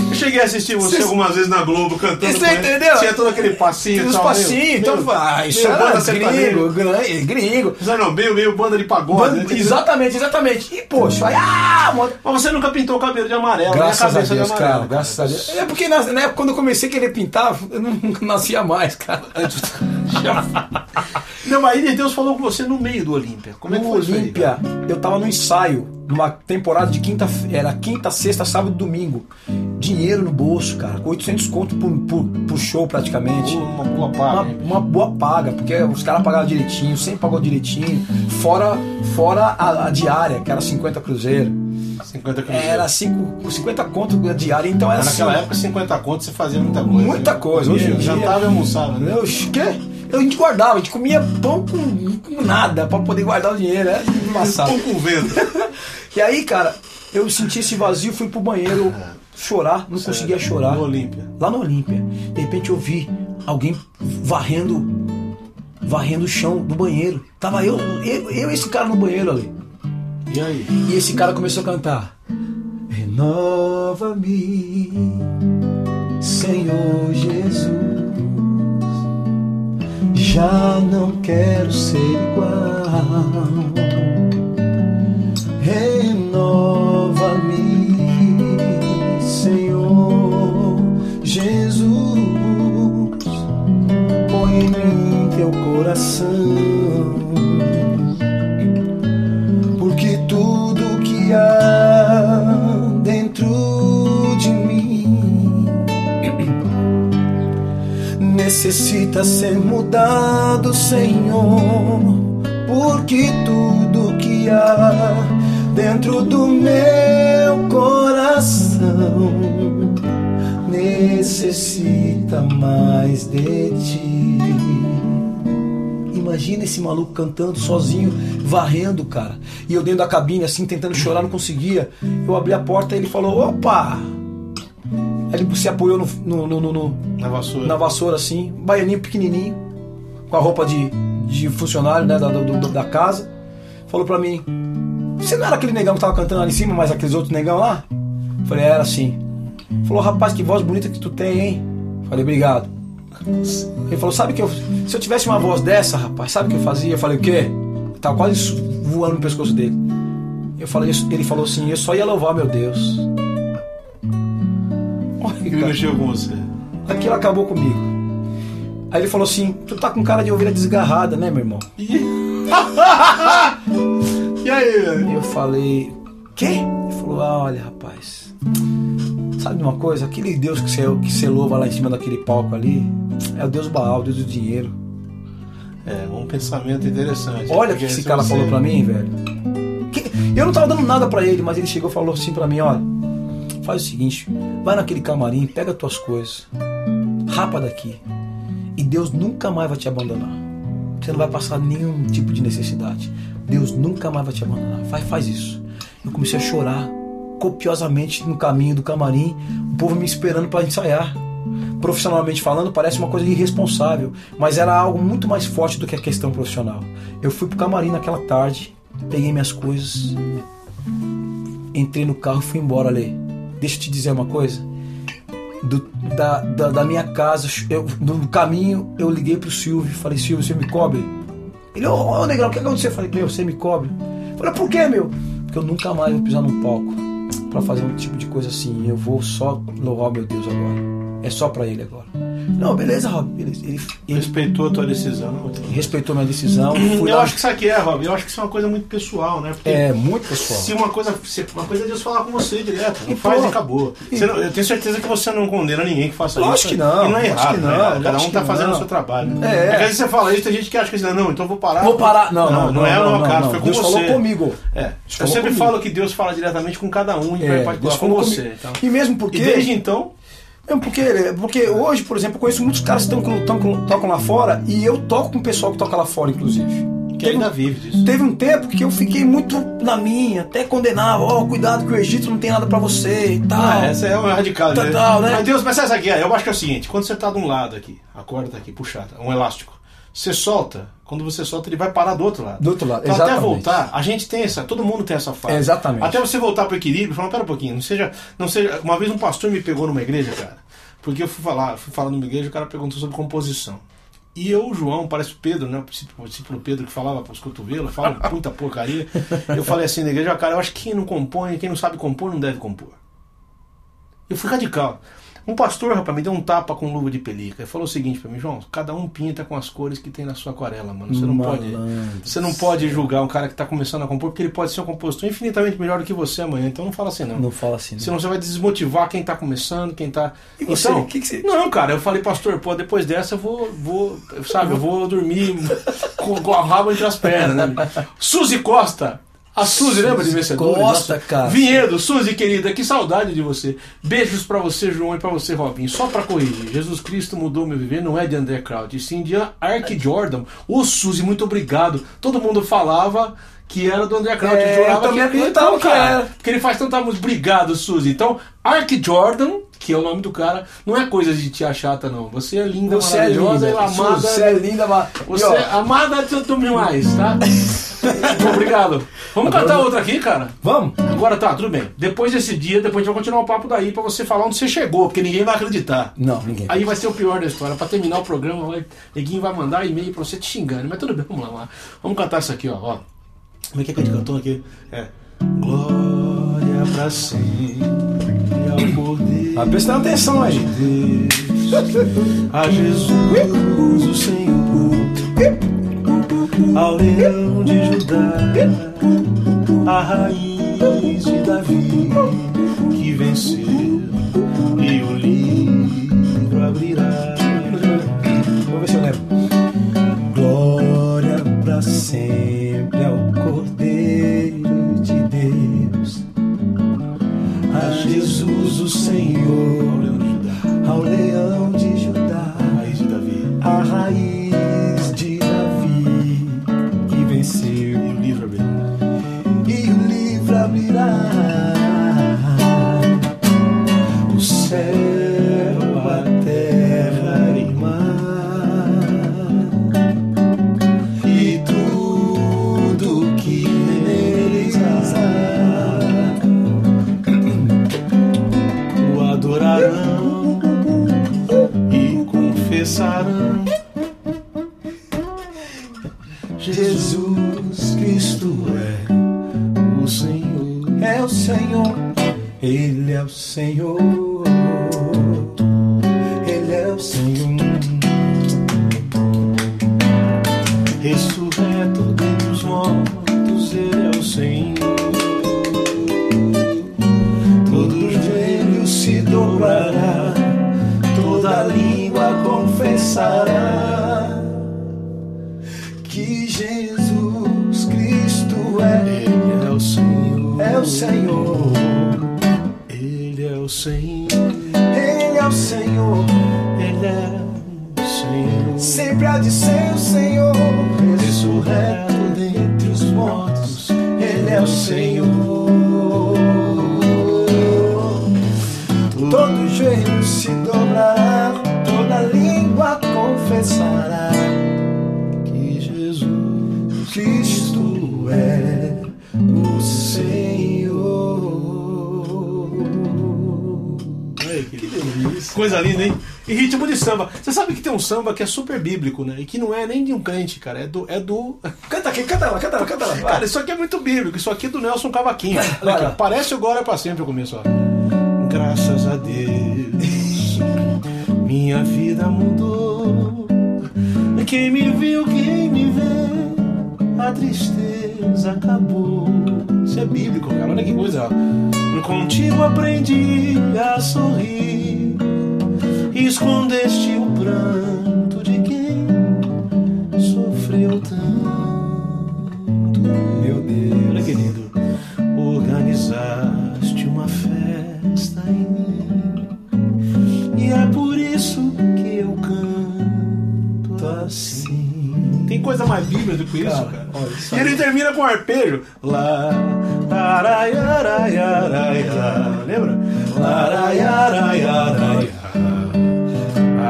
[SPEAKER 1] Eu cheguei a assistir você
[SPEAKER 2] Cês-
[SPEAKER 1] algumas vezes na Globo cantando.
[SPEAKER 2] Você
[SPEAKER 1] com ele.
[SPEAKER 2] entendeu?
[SPEAKER 1] Tinha todo aquele passinho.
[SPEAKER 2] Os
[SPEAKER 1] tal, meio-
[SPEAKER 2] passinhos,
[SPEAKER 1] meio-
[SPEAKER 2] então, ah, isso
[SPEAKER 1] meio
[SPEAKER 2] era
[SPEAKER 1] é banda tá sertaneja.
[SPEAKER 2] gringo, gringo, gringo.
[SPEAKER 1] Mas é, não, meio, meio banda de pagode.
[SPEAKER 2] Ban-
[SPEAKER 1] né? Tinha-
[SPEAKER 2] exatamente, exatamente. E poxa, aí, ah, mano.
[SPEAKER 1] Mas você nunca pintou o cabelo de amarelo.
[SPEAKER 2] Graças
[SPEAKER 1] nem
[SPEAKER 2] a
[SPEAKER 1] cabeça
[SPEAKER 2] Deus,
[SPEAKER 1] de amarelo,
[SPEAKER 2] cara, graças a Deus. É porque na, na época quando eu comecei a querer pintar, eu não não nascia mais, cara.
[SPEAKER 1] Não, mas aí Deus falou com você no meio do Olímpia. Como é que
[SPEAKER 2] No
[SPEAKER 1] foi isso aí?
[SPEAKER 2] Olímpia, eu tava no ensaio, numa temporada de quinta, era quinta, sexta, sábado e domingo. Dinheiro no bolso, cara, com 800 conto por, por, por show praticamente.
[SPEAKER 1] Uma boa
[SPEAKER 2] uma,
[SPEAKER 1] parte.
[SPEAKER 2] uma boa paga, porque os caras pagaram direitinho, sempre pagou direitinho, fora, fora a, a diária, que era 50 cruzeiro.
[SPEAKER 1] 50 cruzeiros.
[SPEAKER 2] Era cinco, 50 conto a diária, então era
[SPEAKER 1] Mas
[SPEAKER 2] assim,
[SPEAKER 1] naquela época, 50 conto, você fazia muita coisa.
[SPEAKER 2] Muita
[SPEAKER 1] né?
[SPEAKER 2] coisa, hoje em dia-
[SPEAKER 1] Jantava e almoçava, né?
[SPEAKER 2] Eu, que? Eu, a gente guardava, a gente comia pão com, com nada pra poder guardar o dinheiro, né? Passado.
[SPEAKER 1] Pão com vento.
[SPEAKER 2] E aí, cara, eu senti esse vazio, fui pro banheiro chorar, não conseguia chorar.
[SPEAKER 1] No Olímpia.
[SPEAKER 2] Lá no Olímpia, de repente eu vi alguém varrendo varrendo o chão do banheiro. Tava eu, eu, eu e esse cara no banheiro ali.
[SPEAKER 1] E aí?
[SPEAKER 2] E esse cara começou a cantar: Renova-me, Senhor Jesus. Já não quero ser igual. Renova-me, Senhor Jesus. Põe em mim teu coração porque tudo que há dentro de mim necessita ser mudado, Senhor, porque tudo que há dentro do meu coração necessita mais de ti. Imagina esse maluco cantando sozinho, varrendo, cara. E eu dentro da cabine, assim, tentando chorar, não conseguia. Eu abri a porta e ele falou: opa! Aí ele se apoiou no, no- no- no- no-
[SPEAKER 1] Na vassoura.
[SPEAKER 2] na vassoura, assim, baianinho pequenininho, com a roupa de, de funcionário, né, da, do- do- da casa. Falou pra mim: Você não era aquele negão que tava cantando ali em cima, mas aqueles outros negão lá? Falei: Era assim. Falou: Rapaz, que voz bonita que tu tem, hein? Falei: Obrigado. Ele falou, sabe que eu, se eu tivesse uma voz dessa, rapaz, sabe o que eu fazia? Eu falei, o quê? Eu tava quase su- voando no pescoço dele. Eu falei, eu- ele falou assim, eu só ia louvar meu Deus. Olha,
[SPEAKER 1] Ele
[SPEAKER 2] cara,
[SPEAKER 1] mexeu com você.
[SPEAKER 2] aquilo acabou comigo. Aí ele falou assim, tu tá com cara de ovelha desgarrada, né, meu irmão?
[SPEAKER 1] E, e aí, velho?
[SPEAKER 2] Eu falei, quê? Ele falou, ah, olha, rapaz, sabe de uma coisa? Aquele Deus que você, que você louva lá em cima daquele palco ali, é o Deus Baal, o Deus do dinheiro.
[SPEAKER 1] É, um pensamento interessante.
[SPEAKER 2] Olha o
[SPEAKER 1] Porque
[SPEAKER 2] que esse
[SPEAKER 1] se
[SPEAKER 2] cara
[SPEAKER 1] você-
[SPEAKER 2] falou pra mim, velho. Que- Eu não tava dando nada pra ele, mas ele chegou e falou assim pra mim, olha, faz o seguinte, vai naquele camarim, pega tuas coisas, rapa daqui, e Deus nunca mais vai te abandonar. Você não vai passar nenhum tipo de necessidade. Deus nunca mais vai te abandonar. Vai, faz isso. Eu comecei a chorar. copiosamente no caminho do camarim, o povo me esperando para ensaiar. Profissionalmente falando, parece uma coisa irresponsável, mas era algo muito mais forte do que a questão profissional. Eu fui pro camarim naquela tarde, peguei minhas coisas, entrei no carro e fui embora ali. Deixa eu te dizer uma coisa. Do, da, da, da minha casa, eu, no caminho, eu liguei pro Silvio e falei: Silvio, você me cobre? Ele, ô, ô Negrão, o que aconteceu? Eu falei: Meu, você me cobre? Eu falei: Por que, meu? Porque eu nunca mais vou pisar num palco para fazer um tipo de coisa assim. Eu vou só louvar meu Deus agora. É só para ele agora. Não, beleza, Rob. Beleza. Ele, ele
[SPEAKER 1] Respeitou a tua decisão.
[SPEAKER 2] respeitou minha decisão. né, Fui
[SPEAKER 1] Eu
[SPEAKER 2] lá,
[SPEAKER 1] acho que isso aqui é, Rob. Eu acho que isso é uma coisa muito pessoal, né? Porque
[SPEAKER 2] É, muito pessoal.
[SPEAKER 1] se uma coisa, se uma coisa é Deus falar com você direto,
[SPEAKER 2] E
[SPEAKER 1] faz e
[SPEAKER 2] pronto.
[SPEAKER 1] acabou. Você não- eu tenho certeza que você não condena ninguém que faça
[SPEAKER 2] Lógico
[SPEAKER 1] isso.
[SPEAKER 2] que não,
[SPEAKER 1] E não é
[SPEAKER 2] lógico
[SPEAKER 1] errado,
[SPEAKER 2] que não,
[SPEAKER 1] né? Cada um
[SPEAKER 2] lógico
[SPEAKER 1] tá
[SPEAKER 2] que
[SPEAKER 1] fazendo
[SPEAKER 2] não.
[SPEAKER 1] o seu trabalho.
[SPEAKER 2] É.
[SPEAKER 1] Porque às vezes você fala isso, tem gente que acha que assim, não, então eu vou parar.
[SPEAKER 2] Vou parar. Não,
[SPEAKER 1] não,
[SPEAKER 2] não, não,
[SPEAKER 1] é o
[SPEAKER 2] não,
[SPEAKER 1] meu
[SPEAKER 2] não,
[SPEAKER 1] caso,
[SPEAKER 2] não.
[SPEAKER 1] foi com
[SPEAKER 2] Deus
[SPEAKER 1] você.
[SPEAKER 2] falou comigo.
[SPEAKER 1] É.
[SPEAKER 2] Deus
[SPEAKER 1] Eu
[SPEAKER 2] falou
[SPEAKER 1] sempre
[SPEAKER 2] comigo.
[SPEAKER 1] falo que Deus fala diretamente com cada
[SPEAKER 2] É,
[SPEAKER 1] um e vai particular
[SPEAKER 2] Deus
[SPEAKER 1] com
[SPEAKER 2] falou
[SPEAKER 1] você.
[SPEAKER 2] comigo.
[SPEAKER 1] então.
[SPEAKER 2] E mesmo
[SPEAKER 1] E
[SPEAKER 2] porque.
[SPEAKER 1] desde então,
[SPEAKER 2] É porque, porque hoje, por exemplo, eu conheço muitos caras que tão com- tão com- tocam lá fora e eu toco com o pessoal que toca lá fora, inclusive.
[SPEAKER 1] que
[SPEAKER 2] Teve um-
[SPEAKER 1] ainda vive disso.
[SPEAKER 2] Teve um tempo que eu fiquei muito na minha, até condenava, ó, cuidado que o Egito não tem nada pra você e tal.
[SPEAKER 1] Ah, essa é uma radical.
[SPEAKER 2] Tá, tá, né?
[SPEAKER 1] Mas Deus, mas essa aqui, eu acho que é o seguinte: quando você tá de um lado aqui, a corda tá aqui puxada, um elástico, você solta, quando você solta, ele vai parar do outro lado.
[SPEAKER 2] Do outro lado,
[SPEAKER 1] Então, até
[SPEAKER 2] exatamente.
[SPEAKER 1] voltar, a gente tem essa, todo mundo tem essa fase.
[SPEAKER 2] Exatamente.
[SPEAKER 1] Até você voltar pro equilíbrio, falar, pera um pouquinho, não seja, não seja. Uma vez um pastor me pegou numa igreja, cara, porque eu fui falar, fui falar numa igreja, o cara perguntou sobre composição. E eu, João, parece o Pedro, né? O discípulo o discípulo Pedro que falava para os cotovelos, fala muita porcaria. Eu falei assim na igreja, cara, eu acho que quem não compõe, quem não sabe compor, não deve compor. Eu fui radical. Um pastor, rapaz, me deu um tapa com luva de pelica e falou o seguinte pra mim, João, cada um pinta com as cores que tem na sua aquarela, mano. Você não
[SPEAKER 2] Malandro.
[SPEAKER 1] pode. Você não pode julgar um cara que tá começando a compor, porque ele pode ser um compositor infinitamente melhor do que você amanhã. Então não fala assim, não.
[SPEAKER 2] Não fala assim, né?
[SPEAKER 1] Senão você vai desmotivar quem tá começando, quem tá.
[SPEAKER 2] E você?
[SPEAKER 1] Então,
[SPEAKER 2] Que que você-
[SPEAKER 1] Não, cara, eu falei, pastor, pô, depois dessa eu vou, vou sabe, eu vou dormir com, com a rabo entre as pernas, né? Suzy Costa. A Suzy, lembra de
[SPEAKER 2] Suzy
[SPEAKER 1] vencedores?
[SPEAKER 2] Costa,
[SPEAKER 1] Nossa,
[SPEAKER 2] cara.
[SPEAKER 1] Vinhedo, Suzy, querida, que saudade de você. Beijos pra você, João, e pra você, Robin. Só pra corrigir, Jesus Cristo mudou meu viver, não é de André Kraut, e sim de Ark Jordan. Ô, Suzy, muito obrigado. Todo mundo falava que era do André Kraut.
[SPEAKER 2] É,
[SPEAKER 1] jurava
[SPEAKER 2] eu também
[SPEAKER 1] que-
[SPEAKER 2] acreditava
[SPEAKER 1] Então,
[SPEAKER 2] que
[SPEAKER 1] cara,
[SPEAKER 2] era.
[SPEAKER 1] porque ele faz tanta música. Obrigado, Suzy. Então, Ark Jordan, que é o nome do cara, não é coisa de tia chata, não. Você é linda,
[SPEAKER 2] Você é
[SPEAKER 1] maravilhosa,
[SPEAKER 2] linda,
[SPEAKER 1] ela amada.
[SPEAKER 2] Você é linda, mas.
[SPEAKER 1] Você
[SPEAKER 2] E, ó,
[SPEAKER 1] é amada de tudo mais, tá? Obrigado. Vamos
[SPEAKER 2] Agora-
[SPEAKER 1] cantar outra aqui, cara?
[SPEAKER 2] Vamos?
[SPEAKER 1] Agora tá, tudo bem. Depois desse dia, depois a gente vai continuar o papo daí pra você falar onde você chegou, porque ninguém vai acreditar.
[SPEAKER 2] Não, ninguém.
[SPEAKER 1] Aí vai ser o pior da história. Pra terminar o programa, vai, neguinho vai mandar e-mail pra você te xingando. Mas tudo bem, vamos lá. vamos lá. Vamos cantar isso aqui, ó. ó. Como é que, é que a gente cantou aqui? É. Glória pra sempre ao poder
[SPEAKER 2] Tá prestando atenção aí.
[SPEAKER 1] de Deus, a Jesus, o Senhor, ao leão de Judá, a raiz de Davi, que venceu e o livro abrirá.
[SPEAKER 2] Vou ver se eu lembro. Glória pra sempre ao Cordeiro de Deus,
[SPEAKER 1] A Jesus, o Senhor, ao leão de Judá,
[SPEAKER 2] ao Leão de Judá,
[SPEAKER 1] a raiz de Davi,
[SPEAKER 2] a raiz de Davi, que
[SPEAKER 1] e
[SPEAKER 2] venceu
[SPEAKER 1] o livro abrirá.
[SPEAKER 2] e o livro abrirá. O céu, a terra e o mar, e tudo que neles há.
[SPEAKER 1] o adorarão e confessarão. Jesus Cristo é o Senhor.
[SPEAKER 2] é o Senhor, Ele é o Senhor, Ele é o Senhor.
[SPEAKER 1] ressurreto dentre os mortos, Ele é o Senhor. Todo joelho se dobrará, toda língua confessará que Jesus Cristo é. Ele é o Senhor.
[SPEAKER 2] É o Senhor,
[SPEAKER 1] Ele é o Senhor.
[SPEAKER 2] Ele é o Senhor,
[SPEAKER 1] Ele é o Senhor.
[SPEAKER 2] sempre há de ser o Senhor.
[SPEAKER 1] Ressurreto dentre os mortos,
[SPEAKER 2] Ele é o Senhor, joelho se dobrará, toda língua confessará
[SPEAKER 1] Que Jesus
[SPEAKER 2] Cristo é o Senhor.
[SPEAKER 1] Ai, que delícia. Coisa linda, hein? E ritmo de samba. Você sabe que tem um samba que é super bíblico, né? E que não é nem de um crente, cara. É do. É do...
[SPEAKER 2] Canta aqui, canta lá, canta lá, canta lá. vai.
[SPEAKER 1] Cara, isso aqui é muito bíblico. Isso aqui é do Nelson Cavaquinho. Olha
[SPEAKER 2] Vai lá.
[SPEAKER 1] aqui, ó. Parece o Glória pra sempre o começo, ó. Graças a Deus, minha vida mudou. Quem me viu, quem me vê, a tristeza acabou. Isso é bíblico, cara. Olha que coisa. ó. Contigo aprendi a sorrir. Escondeste o pranto de quem sofreu tanto.
[SPEAKER 2] Meu Deus.
[SPEAKER 1] Olha que lindo. Organizaste uma festa em mim. E é por isso que eu canto assim. Tá. Tem coisa mais bíblica do que isso,
[SPEAKER 2] Cara,
[SPEAKER 1] cara.
[SPEAKER 2] olha isso
[SPEAKER 1] e
[SPEAKER 2] aí.
[SPEAKER 1] ele termina com um arpejo. Lá. tarai, arai, arai, lá. Lembra? Larai, arai, arai, lá.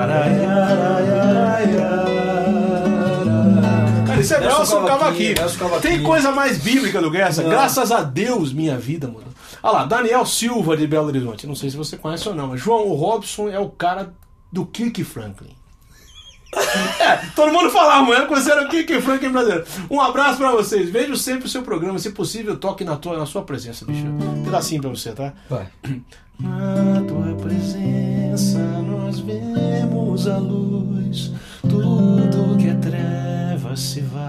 [SPEAKER 1] Arai, arai, arai, lá. Cara, isso é
[SPEAKER 2] Nelson
[SPEAKER 1] Nelson
[SPEAKER 2] Cavaquinho,
[SPEAKER 1] Cavaquinho.
[SPEAKER 2] Nelson Cavaquinho.
[SPEAKER 1] Tem coisa mais bíblica do que essa?
[SPEAKER 2] Não.
[SPEAKER 1] Graças a Deus, minha vida mudou. Olha lá, Daniel Silva de Belo Horizonte. Não sei se você conhece ou não, mas João o Robson é o cara do Kirk Franklin. É, todo mundo falava, amanhã conheceram o Kirk Franklin brasileiro. Um abraço pra vocês. Vejo sempre o seu programa. Se possível, toque na, tua, na sua presença, bicho. Um pedacinho pra você, tá?
[SPEAKER 2] Vai.
[SPEAKER 1] Na tua presença nós vemos a luz, tudo que é treva se vai.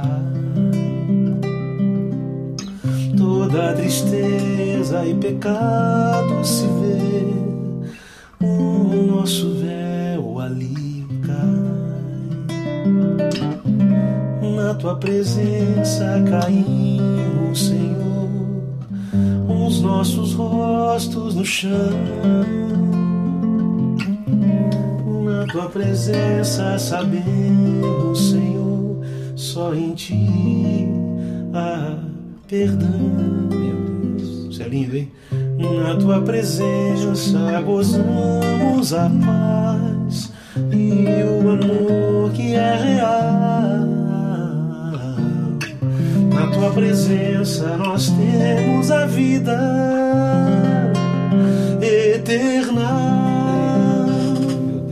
[SPEAKER 1] Toda tristeza e pecado se vê, o nosso véu ali cai. Na tua presença caímos, Senhor os nossos rostos no chão. Na tua presença sabemos, Senhor, só em ti há perdão. Meu Deus, isso é lindo, hein? Na tua presença gozamos a paz e o amor que é real. Na tua presença nós temos a vida eterna.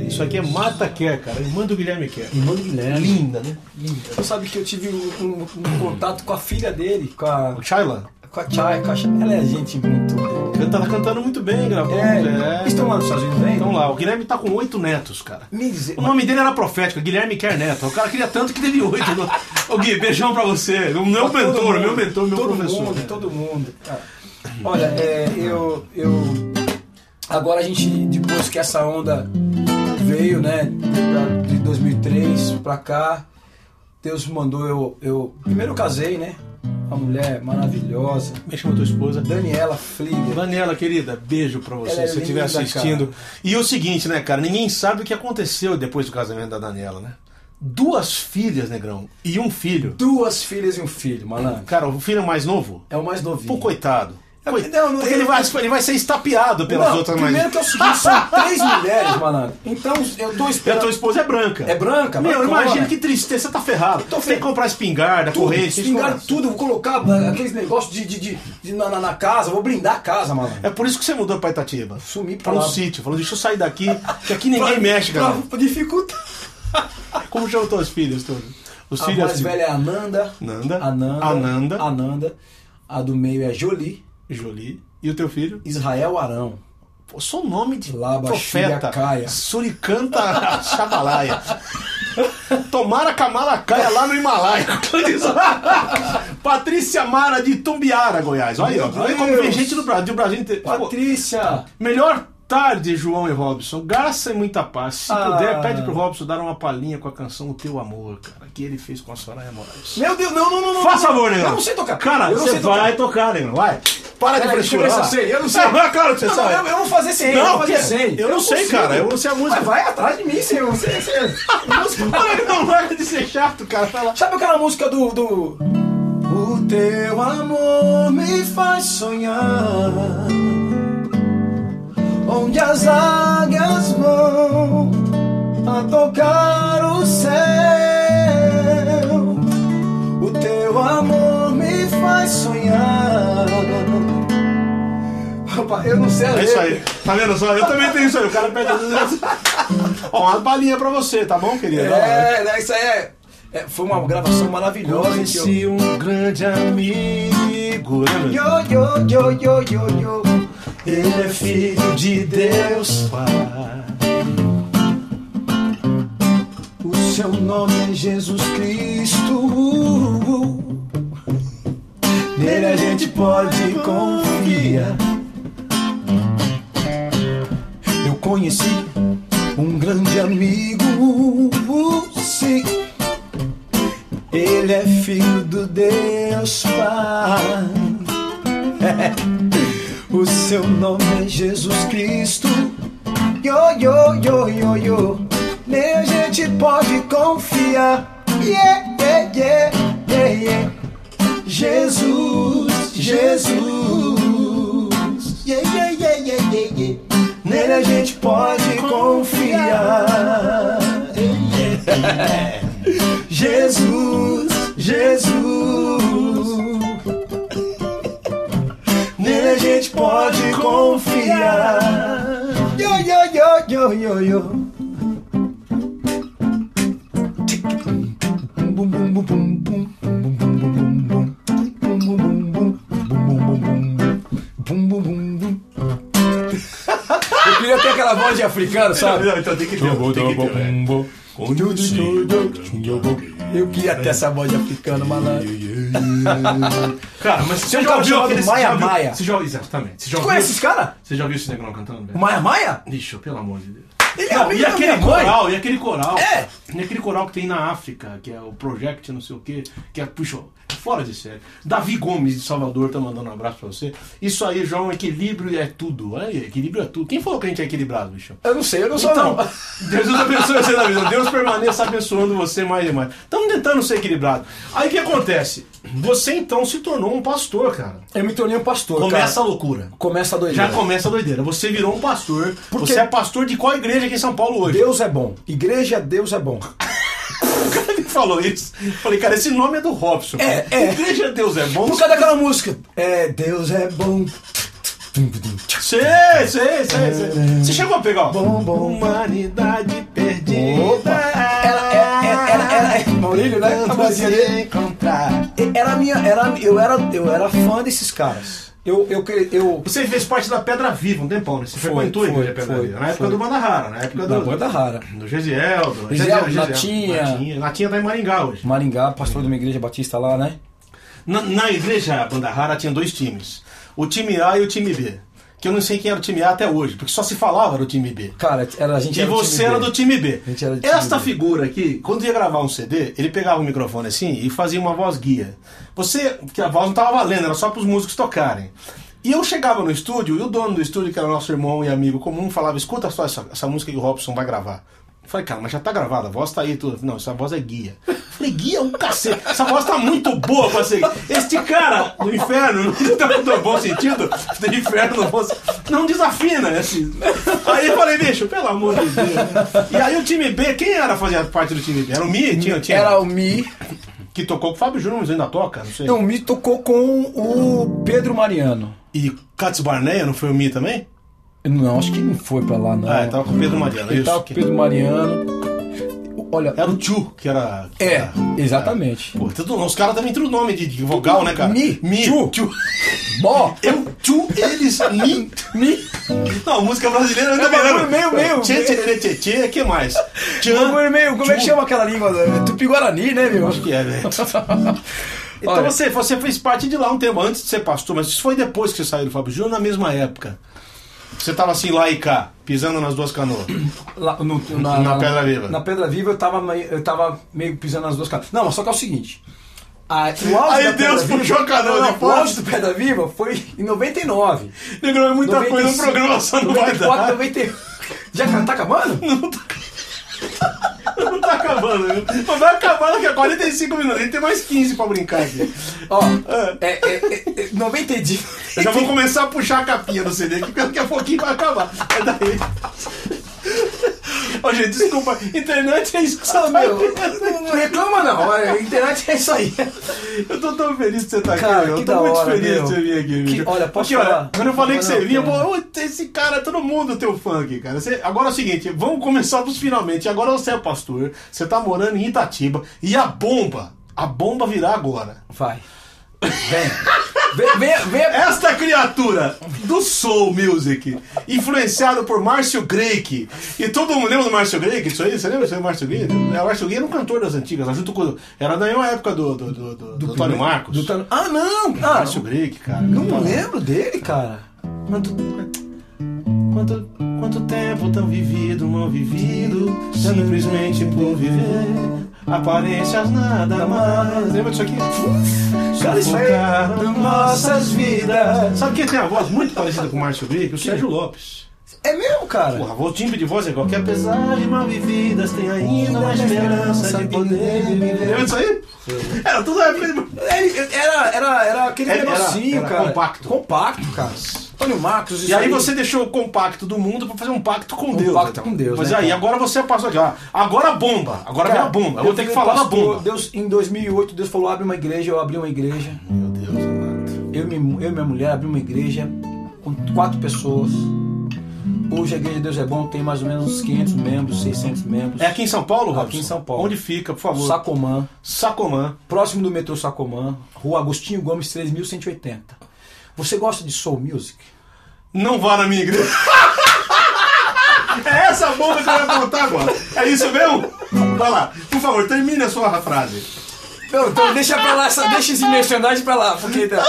[SPEAKER 1] Isso aqui é Mata Quer, cara. Irmã do Guilherme Quer.
[SPEAKER 2] Irmão do Guilherme.
[SPEAKER 1] Linda, né?
[SPEAKER 2] Linda. Você sabe que eu tive um, um- um contato com a filha dele, com a,
[SPEAKER 1] O Chayla.
[SPEAKER 2] com a Chay, com a Chay. Ela é gente muito.
[SPEAKER 1] Ele tava cantando muito bem, gravando.
[SPEAKER 2] É, eles estão lá nos Estados Unidos, né?
[SPEAKER 1] Então lá, o Guilherme tá com oito netos, cara.
[SPEAKER 2] Me dizer.
[SPEAKER 1] O nome dele era profético, Guilherme Quer Neto. O cara queria tanto que teve oito. né? Ô Gui, beijão pra você. O meu
[SPEAKER 2] Pra todo
[SPEAKER 1] mentor,
[SPEAKER 2] mundo,
[SPEAKER 1] meu mentor, meu
[SPEAKER 2] todo
[SPEAKER 1] professor.
[SPEAKER 2] Mundo,
[SPEAKER 1] né?
[SPEAKER 2] Todo mundo. Ah, Olha, é, eu, eu. Agora a gente, depois que essa onda veio, né? da- De 2003 pra cá, Deus mandou eu. eu primeiro eu casei, né? Uma mulher maravilhosa,
[SPEAKER 1] Como é que chama tua esposa?
[SPEAKER 2] Daniela Flieger.
[SPEAKER 1] Daniela, querida, beijo pra você
[SPEAKER 2] Ela é
[SPEAKER 1] se você estiver
[SPEAKER 2] linda,
[SPEAKER 1] assistindo. E o seguinte, né, cara? Ninguém sabe o que aconteceu depois do casamento da Daniela, né? Duas filhas, negrão, e um filho.
[SPEAKER 2] Duas filhas e um filho, malandro.
[SPEAKER 1] Cara, o filho mais novo?
[SPEAKER 2] É o mais novinho.
[SPEAKER 1] Pô, coitado.
[SPEAKER 2] É,
[SPEAKER 1] Coit-
[SPEAKER 2] não, não,
[SPEAKER 1] Porque ele
[SPEAKER 2] ele-
[SPEAKER 1] vai, ele vai ser estapeado pelas
[SPEAKER 2] Não,
[SPEAKER 1] outras
[SPEAKER 2] primeiro
[SPEAKER 1] mais.
[SPEAKER 2] que é o seguinte, são três mulheres, malandro. Então eu tô
[SPEAKER 1] E a
[SPEAKER 2] esperando.
[SPEAKER 1] tua esposa é branca.
[SPEAKER 2] É branca,
[SPEAKER 1] Meu,
[SPEAKER 2] brancona.
[SPEAKER 1] imagina que tristeza, você tá ferrado.
[SPEAKER 2] tô
[SPEAKER 1] Tem que
[SPEAKER 2] ferrado.
[SPEAKER 1] comprar espingarda,
[SPEAKER 2] tudo,
[SPEAKER 1] correia, esses
[SPEAKER 2] espingar
[SPEAKER 1] caras.
[SPEAKER 2] tudo, vou colocar ah, aqueles negócios de, de, de- de- na, na- na casa, vou blindar a casa, malandro.
[SPEAKER 1] É por isso que você mudou pra Itatiba.
[SPEAKER 2] Sumi pra
[SPEAKER 1] Pra um
[SPEAKER 2] lá.
[SPEAKER 1] sítio. Falou, deixa eu sair daqui, que aqui ninguém mexe, cara.
[SPEAKER 2] Pra, pra dificultar.
[SPEAKER 1] Como chamam tuas filhas todas? Os
[SPEAKER 2] A
[SPEAKER 1] filhos
[SPEAKER 2] mais
[SPEAKER 1] assim.
[SPEAKER 2] velha é a Ananda.
[SPEAKER 1] Nanda.
[SPEAKER 2] Ananda.
[SPEAKER 1] Ananda.
[SPEAKER 2] Ananda. A do meio é Jolie.
[SPEAKER 1] Jolie. E o teu filho?
[SPEAKER 2] Israel Arão.
[SPEAKER 1] Pô, só o nome de
[SPEAKER 2] Laba,
[SPEAKER 1] profeta.
[SPEAKER 2] Shia, Caia.
[SPEAKER 1] Suricanta Xabalaia. Tomara Camalacaia lá no Himalaia. Patrícia Mara de Tumbiara, Goiás. Olha aí, ó.
[SPEAKER 2] Meu
[SPEAKER 1] Olha como
[SPEAKER 2] Deus.
[SPEAKER 1] vem gente do Brasil, do Brasil inteiro.
[SPEAKER 2] tá.
[SPEAKER 1] Pô,
[SPEAKER 2] Patrícia.
[SPEAKER 1] Melhor tarde, João e Robson. Graça e muita paz. Se
[SPEAKER 2] Ah.
[SPEAKER 1] puder, pede pro Robson dar uma palhinha com a canção O Teu Amor, cara, que ele fez com a Soraya Moraes.
[SPEAKER 2] Meu Deus, não, não, não. não.
[SPEAKER 1] Faz favor, negão.
[SPEAKER 2] Eu não sei tocar.
[SPEAKER 1] Cara,
[SPEAKER 2] eu não
[SPEAKER 1] você
[SPEAKER 2] sei tocar.
[SPEAKER 1] vai tocar, negão. Vai. Para de
[SPEAKER 2] Peraí, deixa
[SPEAKER 1] frescura.
[SPEAKER 2] eu ver se eu
[SPEAKER 1] vai lá.
[SPEAKER 2] sei. Eu não é sei.
[SPEAKER 1] Ah, vai, claro que você
[SPEAKER 2] Não,
[SPEAKER 1] sabe.
[SPEAKER 2] eu, eu vou fazer sem.
[SPEAKER 1] Não,
[SPEAKER 2] eu vou fazer
[SPEAKER 1] que-
[SPEAKER 2] sem.
[SPEAKER 1] eu não sei,
[SPEAKER 2] consigo.
[SPEAKER 1] cara, eu não sei a música.
[SPEAKER 2] Mas vai atrás de mim, senhor. Você, você,
[SPEAKER 1] Olha, não larga de ser chato, cara. Vai lá.
[SPEAKER 2] Sabe aquela música do, do. O teu amor me faz sonhar. onde as águias vão a tocar o céu. O teu amor me faz sonhar. Opa, eu não sei a
[SPEAKER 1] É isso
[SPEAKER 2] letra.
[SPEAKER 1] aí. Tá vendo só? Eu também tenho isso aí. O cara perde às vezes. Ó, uma balinha pra você, tá bom, querida?
[SPEAKER 2] É, né, isso aí é, é, foi uma gravação maravilhosa. que eu-
[SPEAKER 1] Conheci um grande amigo.
[SPEAKER 2] Yo,
[SPEAKER 1] Lembra?
[SPEAKER 2] yo, yo, yo, yo, yo.
[SPEAKER 1] Ele é filho de Deus, Pai.
[SPEAKER 2] O seu nome é Jesus Cristo. Nele a gente pode confiar. Eu conheci um grande amigo. Sim. Ele é filho do Deus Pai. O seu nome é Jesus Cristo. Yo, yo, yo, yo, yo. Nem a gente pode confiar. Yeah, yeah, yeah, yeah, yeah. Jesus, Jesus. Yeah, yeah, yeah, yeah, yeah, yeah. Nele a gente pode confiar. Jesus, Jesus. Nele a gente pode confiar. Yo, yo, yo, yo, yo, yo. Bum, bum, bum, bum, bum. Bum, bum, bum, bum, bum. Bum, bum, bum, bum. Bum, bum, bum, bum. Bum, bum, bum, bum. Eu queria ter aquela voz de africano, sabe?
[SPEAKER 1] Não, então tem que ter. Tem que ter. é.
[SPEAKER 2] Eu queria ter essa voz de africano, malandro.
[SPEAKER 1] Cara, mas você já
[SPEAKER 2] cara
[SPEAKER 1] ouviu
[SPEAKER 2] chamado
[SPEAKER 1] aquele
[SPEAKER 2] Maia
[SPEAKER 1] já ouviu-
[SPEAKER 2] Maia.
[SPEAKER 1] Você já ouviu, exatamente. Você já
[SPEAKER 2] Tu
[SPEAKER 1] ouviu,
[SPEAKER 2] conhece esse cara?
[SPEAKER 1] Você já ouviu esse negão cantando? velho?
[SPEAKER 2] Maia Maia?
[SPEAKER 1] Lixo, pelo amor de Deus.
[SPEAKER 2] Ele é
[SPEAKER 1] Não,
[SPEAKER 2] amigo
[SPEAKER 1] e
[SPEAKER 2] da
[SPEAKER 1] aquele
[SPEAKER 2] minha mãe.
[SPEAKER 1] coral, e aquele coral.
[SPEAKER 2] É.
[SPEAKER 1] E aquele coral que tem na África, que é o Project não sei o quê, que é, puxa, é fora de série. Davi Gomes de Salvador tá mandando um abraço pra você. Isso aí, João, equilíbrio é tudo. Olha aí, equilíbrio é tudo. Quem falou que a gente é equilibrado, bicho?
[SPEAKER 2] Eu não sei, eu não sou
[SPEAKER 1] Então,
[SPEAKER 2] não.
[SPEAKER 1] Jesus abençoe você na vida. Deus permaneça abençoando você mais e mais. Estamos tentando ser equilibrado. Aí o que acontece? Você então se tornou um pastor, cara.
[SPEAKER 2] Eu me tornei um pastor.
[SPEAKER 1] Começa
[SPEAKER 2] cara.
[SPEAKER 1] a loucura.
[SPEAKER 2] Começa a doideira.
[SPEAKER 1] Já começa a doideira. Você virou um pastor.
[SPEAKER 2] Porque-
[SPEAKER 1] Você é pastor de qual igreja aqui em São Paulo hoje?
[SPEAKER 2] Deus é bom. Igreja, Deus é bom.
[SPEAKER 1] O cara me falou isso. Eu Falei, cara, esse nome é do Robson.
[SPEAKER 2] É, é.
[SPEAKER 1] Igreja Deus é bom.
[SPEAKER 2] Por causa daquela música. É, Deus é bom.
[SPEAKER 1] Sei, sei, sei, sei. Você chegou a pegar, ó.
[SPEAKER 2] É. Bom, bom.
[SPEAKER 1] Humanidade perdida.
[SPEAKER 2] Opa. Ela, ela, ela, É, ela, ela- Maurílio, né? A vozinha dele.
[SPEAKER 1] Ah. encontrar.
[SPEAKER 2] Era a minha, era, eu era, eu era fã desses caras. Eu, eu, cre- eu
[SPEAKER 1] Você fez parte da Pedra Viva um tempão, né? Você
[SPEAKER 2] Foi,
[SPEAKER 1] frequentou a
[SPEAKER 2] foi,
[SPEAKER 1] Igreja Pedra
[SPEAKER 2] foi,
[SPEAKER 1] Viva. Na época
[SPEAKER 2] foi.
[SPEAKER 1] do Banda Rara, na época
[SPEAKER 2] da
[SPEAKER 1] do.
[SPEAKER 2] banda rara.
[SPEAKER 1] Do Gesiel, do
[SPEAKER 2] Gesiel,
[SPEAKER 1] Gesiel,
[SPEAKER 2] Natinha.
[SPEAKER 1] Natinha. Natinha tá em Maringá hoje.
[SPEAKER 2] Maringá, pastor de uma igreja batista lá, né?
[SPEAKER 1] Na, na igreja Banda Rara tinha dois times: o time A e o time B. Que eu não sei quem era o time A até hoje, porque só se falava do time B.
[SPEAKER 2] Cara, era a gente
[SPEAKER 1] E
[SPEAKER 2] era o time
[SPEAKER 1] você era
[SPEAKER 2] dele.
[SPEAKER 1] do time B.
[SPEAKER 2] A gente era do time
[SPEAKER 1] Esta
[SPEAKER 2] B.
[SPEAKER 1] figura aqui, quando ia gravar um CD, ele pegava o microfone assim e fazia uma voz guia. Você, que a voz não tava valendo, era só para os músicos tocarem. E eu chegava no estúdio e o dono do estúdio, que era nosso irmão e amigo comum, falava: escuta só essa, essa música que o Robson vai gravar. Eu falei, cara, mas já tá gravada, a voz tá aí tudo. Não, essa voz é guia. Eu falei, guia é um cacete. Essa voz tá muito boa pra ser. Este cara do inferno, não tá no bom sentido, do inferno no bom sentido, não desafina. Esse... Aí eu falei, bicho, pelo amor de Deus. né?" E aí o time B, quem era fazer parte do time B? Era o Mi? Tinha, tinha,
[SPEAKER 2] Era o Mi.
[SPEAKER 1] Que tocou com o Fábio Júnior, mas ainda toca, não sei.
[SPEAKER 2] Não, o Mi tocou com o Pedro Mariano.
[SPEAKER 1] E Katz Barneia, não foi o Mi também?
[SPEAKER 2] Não, acho que não foi pra lá, não.
[SPEAKER 1] Ah, ele tava com o Pedro Mariano,
[SPEAKER 2] Ele
[SPEAKER 1] isso.
[SPEAKER 2] tava com o Pedro Mariano. Olha,
[SPEAKER 1] Era o Tchu, que era... que
[SPEAKER 2] é,
[SPEAKER 1] era-
[SPEAKER 2] exatamente.
[SPEAKER 1] Pô, tudo- os caras também tinham nome de, de vogal, né, cara?
[SPEAKER 2] Mi,
[SPEAKER 1] Mi,
[SPEAKER 2] Tchu.
[SPEAKER 1] Tchu.
[SPEAKER 2] Bom,
[SPEAKER 1] Eu, Tchu, eles, Mi,
[SPEAKER 2] Mi.
[SPEAKER 1] Não, música brasileira ainda
[SPEAKER 2] É bagulho meio, meio,
[SPEAKER 1] Tchê,
[SPEAKER 2] meio.
[SPEAKER 1] tchê, tchê, tchê, tchê, que mais?
[SPEAKER 2] Bagulho meio, como é que
[SPEAKER 1] Tchu.
[SPEAKER 2] chama aquela língua? Tupi-Guarani, né, meu?
[SPEAKER 1] Que é, né? Então
[SPEAKER 2] Olha.
[SPEAKER 1] você, você fez parte de lá um tempo, antes de ser pastor, mas isso foi depois que você saiu do Fábio Júnior, na mesma época. Você tava assim lá e cá, pisando nas duas canoas.
[SPEAKER 2] Lá, no-
[SPEAKER 1] Na Pedra Viva.
[SPEAKER 2] Na Pedra Viva eu tava, meio- eu tava meio pisando nas duas caras. Não, mas só que é o seguinte. a- o auge
[SPEAKER 1] Aí
[SPEAKER 2] da
[SPEAKER 1] Deus um
[SPEAKER 2] Pedra
[SPEAKER 1] puxou a
[SPEAKER 2] Viva,
[SPEAKER 1] canoa
[SPEAKER 2] Não, não,
[SPEAKER 1] depois.
[SPEAKER 2] O auge do Pedra Viva foi em 99.
[SPEAKER 1] Negão, é muita coisa, um
[SPEAKER 2] 95,
[SPEAKER 1] programa só não vai
[SPEAKER 2] 94,
[SPEAKER 1] dar.
[SPEAKER 2] 90 Já tá acabando?
[SPEAKER 1] Não tá acabando, viu? Mas vai acabar daqui a 45 minutos, a gente tem mais 15 pra brincar aqui.
[SPEAKER 2] é, Ó, é, é, é, é, 90 dias.
[SPEAKER 1] Eu já vou começar a puxar a capinha do CD aqui, porque daqui a pouquinho vai acabar. É daí. Ô, gente, desculpa, internet é isso que você
[SPEAKER 2] Ah, meu, não
[SPEAKER 1] né?
[SPEAKER 2] reclama não, a internet é isso aí.
[SPEAKER 1] Eu tô tão feliz de você estar
[SPEAKER 2] Cara,
[SPEAKER 1] aqui, meu.
[SPEAKER 2] que
[SPEAKER 1] Eu tô
[SPEAKER 2] da
[SPEAKER 1] muito
[SPEAKER 2] hora,
[SPEAKER 1] feliz
[SPEAKER 2] meu.
[SPEAKER 1] de você vir aqui,
[SPEAKER 2] Que-
[SPEAKER 1] bicho.
[SPEAKER 2] olha, posso
[SPEAKER 1] Porque, olha,
[SPEAKER 2] falar?
[SPEAKER 1] Quando eu falei que
[SPEAKER 2] Não,
[SPEAKER 1] você vinha, eu
[SPEAKER 2] cara.
[SPEAKER 1] falei, "Ô, esse cara, todo mundo tem o funk, cara. Você- agora é o seguinte, vamos começar pros finalmente. Agora você é pastor, você tá morando em Itatiba e a bomba, a bomba virá agora.
[SPEAKER 2] Vai. Vem. Vem, vem, vem.
[SPEAKER 1] Esta criatura do Soul Music, influenciado por Márcio Greik. E todo mundo lembra do Márcio Greik? Isso aí? Você lembra do Márcio Greik? O Márcio Greik era um cantor das antigas, lá junto com. Era da mesma época do, do, do, do, do Tony Marcos.
[SPEAKER 2] Do Tony- Ah, não! Ah,
[SPEAKER 1] Márcio Greik, cara.
[SPEAKER 2] não lembro dele, cara.
[SPEAKER 1] Quanto, quanto, quanto tempo tão vivido, mal vivido, simplesmente por viver. Aparências nada mais. Lembra disso aqui?
[SPEAKER 2] Cara, isso aí
[SPEAKER 1] Sufocaram
[SPEAKER 2] nossas vidas.
[SPEAKER 1] é Sabe quem tem a voz muito parecida com o Márcio Greik? O Sérgio Lopes.
[SPEAKER 2] É mesmo, cara.
[SPEAKER 1] Porra, o timbre de voz é igual. Que apesar de mal vividas, tem ainda uma esperança de poder viver. é? Lembra disso aí? Era tudo a época de...
[SPEAKER 2] É, Ele- Era, era, era aquele
[SPEAKER 1] Era-
[SPEAKER 2] negocinho,
[SPEAKER 1] era
[SPEAKER 2] cara.
[SPEAKER 1] compacto.
[SPEAKER 2] Compacto, cara. Antônio Marcos, isso
[SPEAKER 1] E aí você deixou o compacto do mundo pra fazer um pacto com Deus.
[SPEAKER 2] pacto
[SPEAKER 1] então.
[SPEAKER 2] com Deus,
[SPEAKER 1] Mas
[SPEAKER 2] né,
[SPEAKER 1] aí,
[SPEAKER 2] cara?
[SPEAKER 1] agora você passou aqui. ó. Agora bomba. Agora vem a bomba. Eu vou ter que
[SPEAKER 2] fui
[SPEAKER 1] falar da
[SPEAKER 2] pastor,
[SPEAKER 1] bomba.
[SPEAKER 2] Deus, em 2008, Deus falou: abre uma igreja. Eu abri uma igreja.
[SPEAKER 1] Meu Deus amado.
[SPEAKER 2] Eu e minha, eu e minha mulher abri uma igreja com quatro pessoas. Hoje a Igreja de Deus é Bom tem mais ou menos uns 500 membros, 600 membros.
[SPEAKER 1] É aqui em São Paulo, Robson?
[SPEAKER 2] Aqui em São Paulo.
[SPEAKER 1] Onde fica, por favor?
[SPEAKER 2] Sacomã,
[SPEAKER 1] Sacomã.
[SPEAKER 2] próximo do metrô Sacomã, Rua Agostinho Gomes 3180. Você gosta de soul music?
[SPEAKER 1] Não vá na minha igreja. É essa bomba que eu ia contar agora. É isso mesmo? Vai lá. Por favor, termine a sua frase.
[SPEAKER 2] Não, então deixa pra lá, essa- deixa esse merchandising pra lá, porque tá,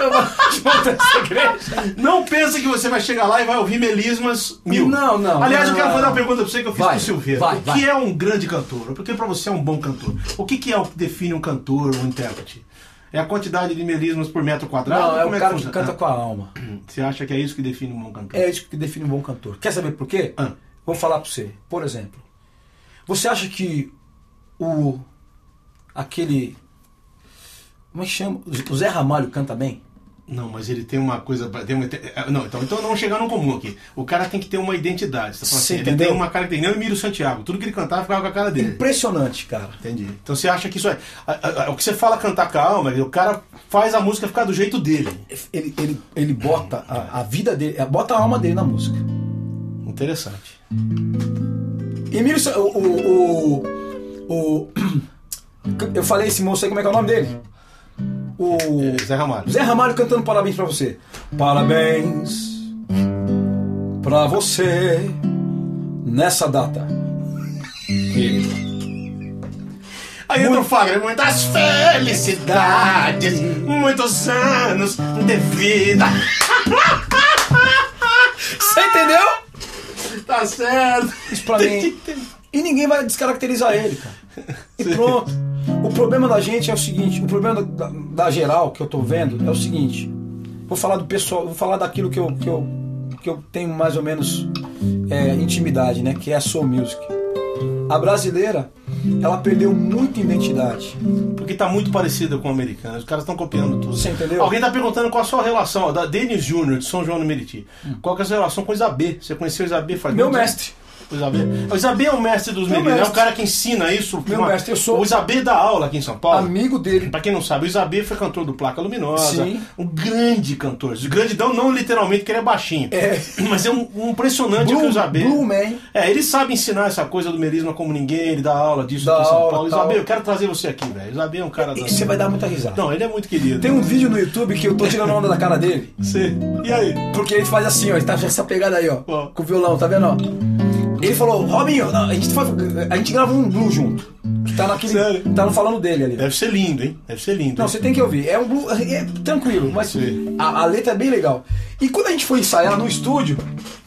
[SPEAKER 2] eu vou juntar essa igreja.
[SPEAKER 1] Não pensa que você vai chegar lá e vai ouvir melismas mil.
[SPEAKER 2] Não, não,
[SPEAKER 1] Aliás,
[SPEAKER 2] não,
[SPEAKER 1] eu quero
[SPEAKER 2] não,
[SPEAKER 1] fazer uma
[SPEAKER 2] não.
[SPEAKER 1] pergunta pra você que eu fiz
[SPEAKER 2] Vai,
[SPEAKER 1] pro Silveira.
[SPEAKER 2] vai,
[SPEAKER 1] o que
[SPEAKER 2] vai.
[SPEAKER 1] é um grande cantor? Porque pra você é um bom cantor. O que, que é o que define um cantor, um intérprete? É a quantidade de melismas por metro quadrado?
[SPEAKER 2] Não, é o
[SPEAKER 1] Como
[SPEAKER 2] cara que
[SPEAKER 1] funciona?
[SPEAKER 2] canta com a alma.
[SPEAKER 1] Ah, Você acha que é isso que define um bom cantor?
[SPEAKER 2] É isso que define um bom cantor. Quer saber por quê?
[SPEAKER 1] Ah.
[SPEAKER 2] Vou falar pra você. Por exemplo, você acha que o. aquele. Como é que chama? O Zé Ramalho canta bem?
[SPEAKER 1] Não, mas ele tem uma coisa. pra- Tem uma, tem- é, não, então, então vamos chegar num comum aqui. O cara tem que ter uma identidade. Você tá falando
[SPEAKER 2] Você
[SPEAKER 1] assim, ele
[SPEAKER 2] entendeu?
[SPEAKER 1] tem uma cara que tem. Nem o Emílio Santiago. Tudo que ele cantava ficava com a cara dele.
[SPEAKER 2] Impressionante, cara.
[SPEAKER 1] Entendi. Então você acha que isso é. a- a- a- O que você fala cantar calma, o cara faz a música ficar do jeito dele.
[SPEAKER 2] Ele, ele, ele bota a, a vida dele, bota a alma dele na música.
[SPEAKER 1] Interessante.
[SPEAKER 2] Emílio. Sa- O. o, o, o- eu falei esse moço aí, como é que é o nome dele? O.
[SPEAKER 1] Zé Ramalho.
[SPEAKER 2] Zé Ramalho cantando parabéns pra você. Parabéns pra você nessa data.
[SPEAKER 1] Aí entra o Fagner, muitas felicidades, muitos anos de vida.
[SPEAKER 2] Você entendeu?
[SPEAKER 1] Tá certo.
[SPEAKER 2] Isso pra mim. E ninguém vai descaracterizar ele, cara. E pronto. O problema da gente é o seguinte, o problema da, da geral que eu tô vendo é o seguinte. Vou falar do pessoal, vou falar daquilo que eu, que eu, que eu tenho mais ou menos é, intimidade, né? Que é a soul music. A brasileira, ela perdeu muita identidade.
[SPEAKER 1] Porque tá muito parecido com o americano. Os caras estão copiando tudo.
[SPEAKER 2] Você entendeu?
[SPEAKER 1] Alguém tá perguntando qual a sua relação, ó, da Denis Júnior, de São João do Meriti. Qual que é a sua relação com o Isabê? Você conheceu o Isabê faz
[SPEAKER 2] Meu
[SPEAKER 1] muito tempo?
[SPEAKER 2] mestre.
[SPEAKER 1] O Isabê. O Isabê é o mestre dos
[SPEAKER 2] Meu
[SPEAKER 1] meninos, é o
[SPEAKER 2] mestre.
[SPEAKER 1] cara que ensina isso.
[SPEAKER 2] Meu mestre, eu sou-
[SPEAKER 1] O Isabê dá aula aqui em São Paulo.
[SPEAKER 2] amigo dele.
[SPEAKER 1] Pra quem não sabe, o Isabê foi cantor do Placa Luminosa,
[SPEAKER 2] Sim.
[SPEAKER 1] um grande cantor. O grandidão não literalmente que ele é baixinho,
[SPEAKER 2] É.
[SPEAKER 1] mas é um, um impressionante
[SPEAKER 2] Blue-
[SPEAKER 1] que o Isabê.
[SPEAKER 2] Blue Man.
[SPEAKER 1] É, ele sabe ensinar essa coisa do merisma como ninguém, ele dá aula disso
[SPEAKER 2] Dá
[SPEAKER 1] aqui em São
[SPEAKER 2] aula,
[SPEAKER 1] Paulo.
[SPEAKER 2] tal.
[SPEAKER 1] Isabê, eu quero trazer você aqui, velho. Isabê é um cara
[SPEAKER 2] E
[SPEAKER 1] da-
[SPEAKER 2] você vai dar muita risada.
[SPEAKER 1] Não, ele é muito querido.
[SPEAKER 2] Tem um vídeo no YouTube que eu tô tirando onda da cara dele.
[SPEAKER 1] Você. E aí?
[SPEAKER 2] Porque ele faz assim, ó, ele tá com essa pegada aí, ó,
[SPEAKER 1] Ó.
[SPEAKER 2] com o violão, tá vendo, ó? Ele falou, Robinho, não, a gente, foi, a gente gravou um blue junto. Tá naquele.
[SPEAKER 1] Sério? É.
[SPEAKER 2] Tá no falando dele ali.
[SPEAKER 1] Deve ser lindo, hein? Deve ser lindo.
[SPEAKER 2] Não,
[SPEAKER 1] hein?
[SPEAKER 2] você tem que ouvir. É um blue. É tranquilo, mas
[SPEAKER 1] Sim.
[SPEAKER 2] a, a letra é bem legal. E quando a gente foi ensaiar no estúdio,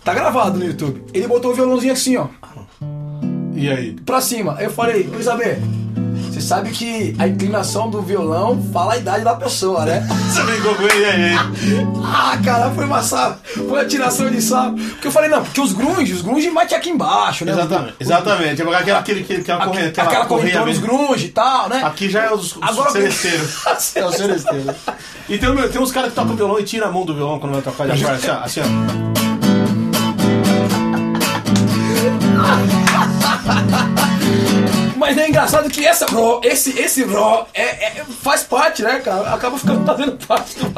[SPEAKER 2] tá gravado no YouTube. Ele botou o violãozinho assim, ó,
[SPEAKER 1] E aí?
[SPEAKER 2] pra cima. Aí eu falei, ô Isabel, você Você sabe que a inclinação do violão fala a idade da pessoa, né?
[SPEAKER 1] Você brincou com ele aí?
[SPEAKER 2] Ah, cara, foi uma sarra, foi uma tiração de sarro. Porque eu falei, não, porque os grunge, os grunge bate aqui embaixo, né?
[SPEAKER 1] Exatamente, exatamente. Aquela, aquela, aquele- aquele- aquela,
[SPEAKER 2] Aqui-
[SPEAKER 1] corre- aquela,
[SPEAKER 2] aquela
[SPEAKER 1] correia
[SPEAKER 2] correntona, os
[SPEAKER 1] mesmo.
[SPEAKER 2] grunge e tal, né?
[SPEAKER 1] Aqui já é os, os
[SPEAKER 2] Agora-
[SPEAKER 1] seresteiros. é o seresteiro. E tem, um- tem uns caras que tocam violão e tiram a mão do violão quando vai tocar de agora, assim, ó, assim, ó.
[SPEAKER 2] Mas é engraçado que essa ró, esse, esse ró é, é- faz parte, né, cara? Acaba ficando fazendo parte do-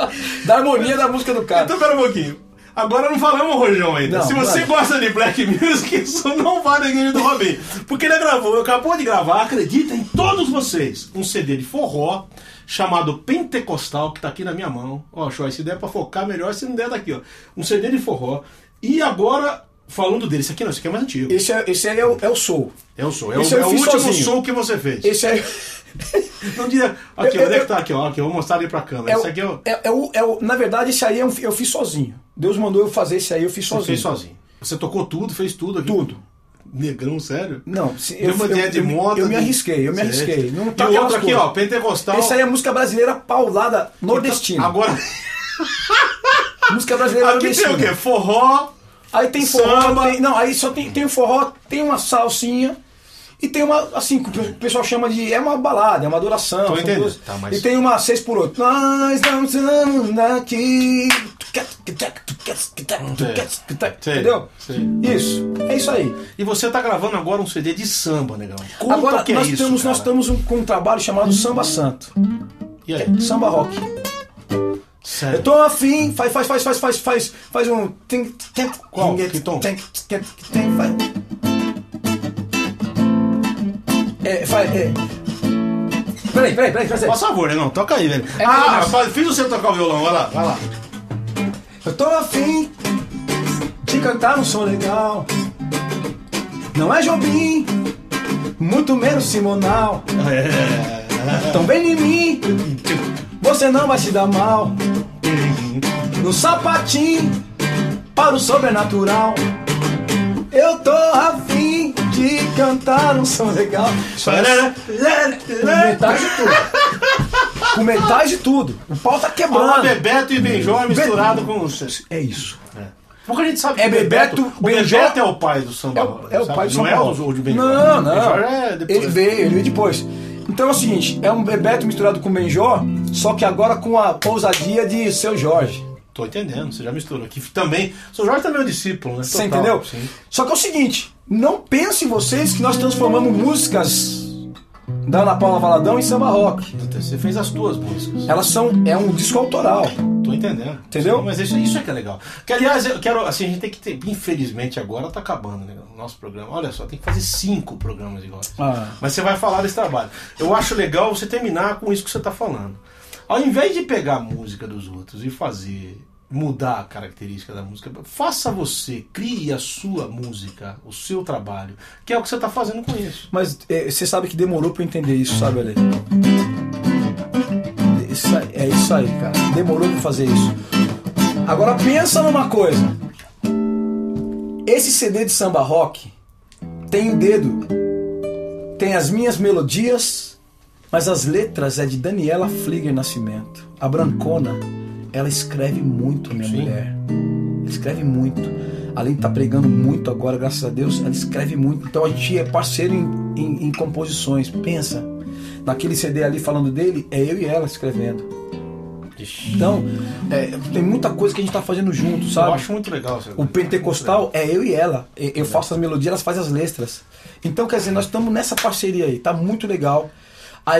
[SPEAKER 2] da harmonia da música do cara.
[SPEAKER 1] Então, pera um pouquinho. Agora não falamos o Rojão ainda.
[SPEAKER 2] Não,
[SPEAKER 1] Se você
[SPEAKER 2] claro.
[SPEAKER 1] gosta de Black Music, isso não vale ninguém do Robin. Porque ele gravou, acabou de gravar, acredita em todos vocês, um CD de forró chamado Pentecostal, que tá aqui na minha mão. Ó, Joyce, se der pra focar melhor, se não der daqui, ó. Um CD de forró. E agora, falando dele, esse aqui não, esse aqui é mais antigo.
[SPEAKER 2] Esse, é, esse aí é o, é o soul.
[SPEAKER 1] É o som, é, o,
[SPEAKER 2] Esse eu
[SPEAKER 1] é o
[SPEAKER 2] fiz
[SPEAKER 1] último
[SPEAKER 2] sozinho.
[SPEAKER 1] som que você fez.
[SPEAKER 2] Esse aí é
[SPEAKER 1] Não diria. Aqui,
[SPEAKER 2] Eu-
[SPEAKER 1] onde é
[SPEAKER 2] eu-
[SPEAKER 1] que tá aqui, ó? Aqui, eu vou mostrar ali pra câmera.
[SPEAKER 2] é o,
[SPEAKER 1] Esse aqui eu,
[SPEAKER 2] é, é o, é o- Na verdade, esse aí é um- eu fiz sozinho. Deus mandou eu fazer esse aí, eu fiz
[SPEAKER 1] você
[SPEAKER 2] sozinho.
[SPEAKER 1] fez sozinho. Você tocou tudo, fez tudo aqui.
[SPEAKER 2] Tudo.
[SPEAKER 1] Negrão, sério?
[SPEAKER 2] Não, se-
[SPEAKER 1] Deu
[SPEAKER 2] eu-
[SPEAKER 1] uma
[SPEAKER 2] eu-
[SPEAKER 1] ideia de
[SPEAKER 2] eu me-
[SPEAKER 1] moto.
[SPEAKER 2] eu me
[SPEAKER 1] de-
[SPEAKER 2] arrisquei, eu me
[SPEAKER 1] Certo.
[SPEAKER 2] arrisquei. Não
[SPEAKER 1] e
[SPEAKER 2] tá
[SPEAKER 1] o outro
[SPEAKER 2] aquelas
[SPEAKER 1] aqui,
[SPEAKER 2] coisas.
[SPEAKER 1] ó, pentecostal.
[SPEAKER 2] Esse aí é música brasileira paulada nordestina.
[SPEAKER 1] Então- Agora,
[SPEAKER 2] música brasileira
[SPEAKER 1] aqui tem
[SPEAKER 2] nordestina.
[SPEAKER 1] o quê? Forró.
[SPEAKER 2] Aí tem forró,
[SPEAKER 1] Samba.
[SPEAKER 2] tem- não, aí só tem, tem o forró, tem uma salsinha e tem uma, assim, que o pe- o pessoal chama de. É uma balada, é uma adoração. são
[SPEAKER 1] entendendo,
[SPEAKER 2] duas.
[SPEAKER 1] tá, mas-
[SPEAKER 2] E tem uma 6 por 8 Nós não estamos daqui.
[SPEAKER 1] Sei,
[SPEAKER 2] Entendeu?
[SPEAKER 1] sei.
[SPEAKER 2] Isso, é isso aí.
[SPEAKER 1] E você tá gravando agora um CD de samba, negão. Conta
[SPEAKER 2] Agora
[SPEAKER 1] o que é
[SPEAKER 2] nós,
[SPEAKER 1] isso,
[SPEAKER 2] temos,
[SPEAKER 1] cara.
[SPEAKER 2] nós estamos um- com um trabalho chamado Samba Santo.
[SPEAKER 1] E aí?
[SPEAKER 2] Samba Rock.
[SPEAKER 1] Sério.
[SPEAKER 2] Eu tô afim, faz, faz, faz, faz, faz, faz, faz um. tem- tem-
[SPEAKER 1] Qual?
[SPEAKER 2] tem-
[SPEAKER 1] Que tom?
[SPEAKER 2] tem- tem- tem- faz. É, faz. É. Peraí, peraí, peraí, peraí.
[SPEAKER 1] Por favor, negão, toca aí, velho.
[SPEAKER 2] É,
[SPEAKER 1] ah,
[SPEAKER 2] mas-
[SPEAKER 1] faz- fiz você tocar o violão, vai lá, vai lá.
[SPEAKER 2] Eu tô afim de cantar um som legal. Não é Jobim, muito menos Simonal. É. Tão bem em mim, você não vai se dar mal. No sapatinho, para o sobrenatural. Eu tô afim de cantar um som legal.
[SPEAKER 1] é
[SPEAKER 2] Com metade de tudo. Com metade de tudo. O pau tá
[SPEAKER 1] Olá,
[SPEAKER 2] quebrando.
[SPEAKER 1] Bebeto e Benjó misturado com os.
[SPEAKER 2] É isso.
[SPEAKER 1] Pouca gente sabe
[SPEAKER 2] É
[SPEAKER 1] que o
[SPEAKER 2] Bebeto,
[SPEAKER 1] o
[SPEAKER 2] Benjó-
[SPEAKER 1] Bebeto é o pai do samba.
[SPEAKER 2] É o, é o
[SPEAKER 1] sabe?
[SPEAKER 2] pai do
[SPEAKER 1] Não
[SPEAKER 2] São
[SPEAKER 1] é
[SPEAKER 2] Paulo.
[SPEAKER 1] o o de Benjó.
[SPEAKER 2] Não, não.
[SPEAKER 1] Benjó é depois.
[SPEAKER 2] Ele veio, ele veio depois. Então é o seguinte, é um Bebeto misturado com Benjó, só que agora com a ousadia de Seu Jorge.
[SPEAKER 1] Tô entendendo, você já misturou. Que também. O seu Jorge também é um discípulo, né?
[SPEAKER 2] Você
[SPEAKER 1] Total,
[SPEAKER 2] entendeu?
[SPEAKER 1] Sim.
[SPEAKER 2] Só que é o seguinte, não pensem vocês que nós transformamos músicas da Ana Paula Valadão em samba rock.
[SPEAKER 1] Você fez as tuas músicas.
[SPEAKER 2] Elas são, é um disco autoral.
[SPEAKER 1] Tô entendendo.
[SPEAKER 2] Entendeu?
[SPEAKER 1] Sim, mas isso, isso é que é legal. Que, aliás, eu quero. Assim, a gente tem que ter. Infelizmente, agora tá acabando, né? O nosso programa. Olha só, tem que fazer cinco programas iguais.
[SPEAKER 2] Ah.
[SPEAKER 1] Mas você vai falar desse trabalho. Eu acho legal você terminar com isso que você tá falando. Ao invés de pegar a música dos outros e fazer. Mudar a característica da música. Faça você, crie a sua música, o seu trabalho, que é o que você tá fazendo com isso.
[SPEAKER 2] Mas é, você sabe que demorou pra eu entender isso, sabe, Ale? Isso aí- é isso aí, cara. Demorou pra eu fazer isso. Agora pensa numa coisa. Esse CD de samba rock tem o dedo. Tem as minhas melodias, mas as letras é de Daniela Flieger Nascimento. A Brancona, ela escreve muito, minha
[SPEAKER 1] Sim.
[SPEAKER 2] mulher. Ela escreve muito. Além de estar pregando muito agora, graças a Deus, ela escreve muito. Então a gente é parceiro em, em- em composições. Pensa, naquele CD ali falando dele, é eu e ela escrevendo. Então, é, tem muita coisa que a gente tá fazendo junto,
[SPEAKER 1] Eu
[SPEAKER 2] sabe?
[SPEAKER 1] acho muito legal. essa
[SPEAKER 2] O
[SPEAKER 1] coisa.
[SPEAKER 2] pentecostal é eu e ela. E- Eu faço as melodias, elas fazem as letras. Então, quer dizer, nós estamos nessa parceria aí. Tá muito legal. A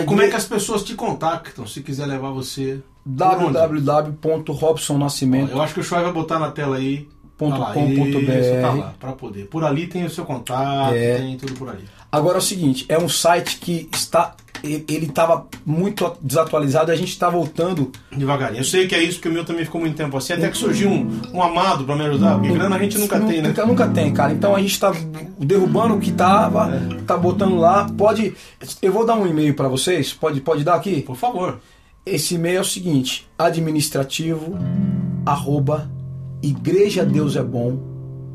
[SPEAKER 1] Como é que
[SPEAKER 2] igreja-
[SPEAKER 1] as pessoas te contactam se quiser levar você? por onde?
[SPEAKER 2] www.robsonnascimento.
[SPEAKER 1] Eu acho que o Shoy vai botar na tela aí. Tá
[SPEAKER 2] Ponto
[SPEAKER 1] lá,
[SPEAKER 2] com, ponto
[SPEAKER 1] isso,
[SPEAKER 2] BR.
[SPEAKER 1] tá lá, pra poder. Por ali tem o seu contato,
[SPEAKER 2] É.
[SPEAKER 1] tem tudo por ali.
[SPEAKER 2] Agora é o seguinte, é um site que está ele estava muito desatualizado e a gente está voltando.
[SPEAKER 1] Devagarinho. Eu sei que é isso, porque o meu também ficou muito tempo assim. Até que surgiu um, um amado pra me ajudar, porque grana a gente nunca tem, né?
[SPEAKER 2] Nunca, nunca tem, cara. Então a gente está derrubando o que tava,
[SPEAKER 1] É.
[SPEAKER 2] tá botando lá. Pode eu vou dar um e-mail para vocês, pode pode dar aqui.
[SPEAKER 1] Por favor.
[SPEAKER 2] Esse e-mail é o seguinte: administrativo arroba igreja Deus é bom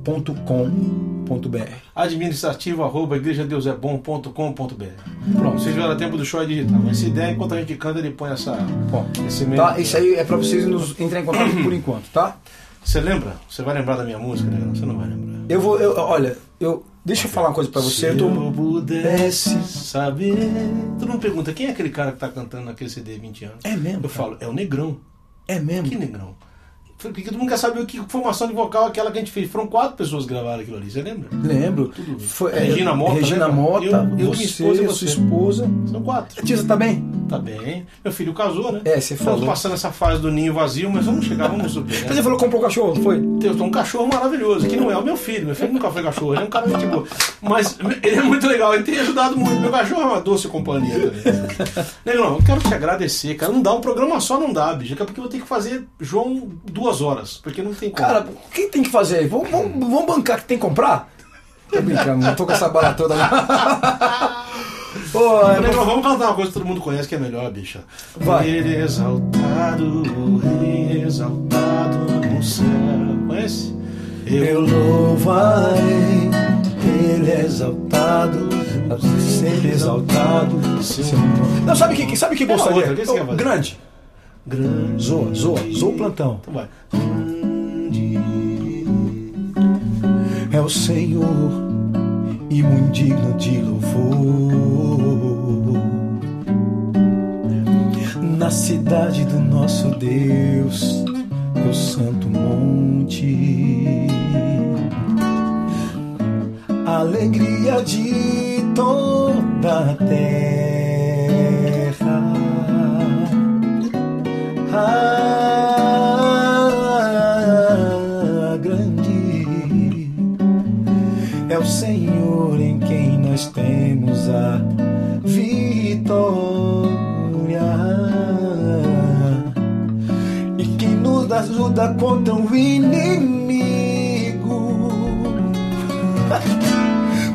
[SPEAKER 2] igrejadeusebom.com.br.
[SPEAKER 1] Administrativo arroba igrejadeusebom.com.br. Pronto, vocês vão dar tempo do show é digital. Mas se der, enquanto a gente canta, ele põe essa.
[SPEAKER 2] Bom,
[SPEAKER 1] Esse meio.
[SPEAKER 2] tá? Isso aí é pra vocês nos entrarem em contato por enquanto, tá?
[SPEAKER 1] Você lembra? Você vai lembrar da minha música, né? Você não vai lembrar.
[SPEAKER 2] Eu vou, eu, olha, eu. Deixa eu falar uma coisa pra você.
[SPEAKER 1] é
[SPEAKER 2] Eu tô.
[SPEAKER 1] pudesse saber. Todo mundo pergunta quem é aquele cara que tá cantando naquele CD 20 anos.
[SPEAKER 2] É mesmo,
[SPEAKER 1] Eu
[SPEAKER 2] cara?
[SPEAKER 1] falo, é o Negrão.
[SPEAKER 2] É mesmo?
[SPEAKER 1] Que Negrão? Foi Porque todo mundo quer saber o que formação de vocal é aquela que a gente fez. Foram quatro pessoas que gravaram aquilo ali, você lembra?
[SPEAKER 2] Lembro.
[SPEAKER 1] Tudo.
[SPEAKER 2] Foi, é,
[SPEAKER 1] Regina Mota,
[SPEAKER 2] Regina
[SPEAKER 1] né?
[SPEAKER 2] Mota,
[SPEAKER 1] Eu- eu, minha
[SPEAKER 2] você,
[SPEAKER 1] esposa e
[SPEAKER 2] a
[SPEAKER 1] você.
[SPEAKER 2] sua esposa.
[SPEAKER 1] São quatro.
[SPEAKER 2] A Tisa tá bem?
[SPEAKER 1] Tá bem. Meu filho casou, né?
[SPEAKER 2] É, você falou.
[SPEAKER 1] Estamos passando essa fase do ninho vazio, mas vamos chegar, vamos superar.
[SPEAKER 2] Você falou que comprou um cachorro, foi?
[SPEAKER 1] Eu sou um cachorro maravilhoso, que não é o meu filho. Meu filho nunca foi cachorro, ele é um cara muito boa. Mas ele é muito legal, ele tem ajudado muito. Meu cachorro é uma doce companhia também. Negão, eu quero te agradecer, cara. Não dá, um programa só não dá, bicho. Daqui a pouco eu vou ter que fazer João duas horas, porque não tem como.
[SPEAKER 2] Cara, o que tem que fazer? Vamos, vamos, vamos bancar que tem que comprar? Tô brincando, não tô com essa bala toda não. Ô, é
[SPEAKER 1] Negão,
[SPEAKER 2] bom-
[SPEAKER 1] vamos cantar uma coisa que todo mundo conhece que é melhor, bicha.
[SPEAKER 2] Vai.
[SPEAKER 1] Ele é exaltado, rei exaltado no céu. Conhece?
[SPEAKER 2] eu louvarei, ele é exaltado, sempre exaltado. seu nome. Não, sabe o que, sabe o que
[SPEAKER 1] Tem uma
[SPEAKER 2] gostaria?
[SPEAKER 1] outra, o que você
[SPEAKER 2] Ô,
[SPEAKER 1] quer fazer?
[SPEAKER 2] grande.
[SPEAKER 1] Grande.
[SPEAKER 2] Zoa, zoa, zoa o plantão.
[SPEAKER 1] Então vai.
[SPEAKER 2] é o Senhor e muito digno de louvor. Na cidade do nosso Deus, teu santo monte, a alegria de toda a terra. Ah, grande é o Senhor em quem nós temos a vitória e que nos ajuda contra o inimigo.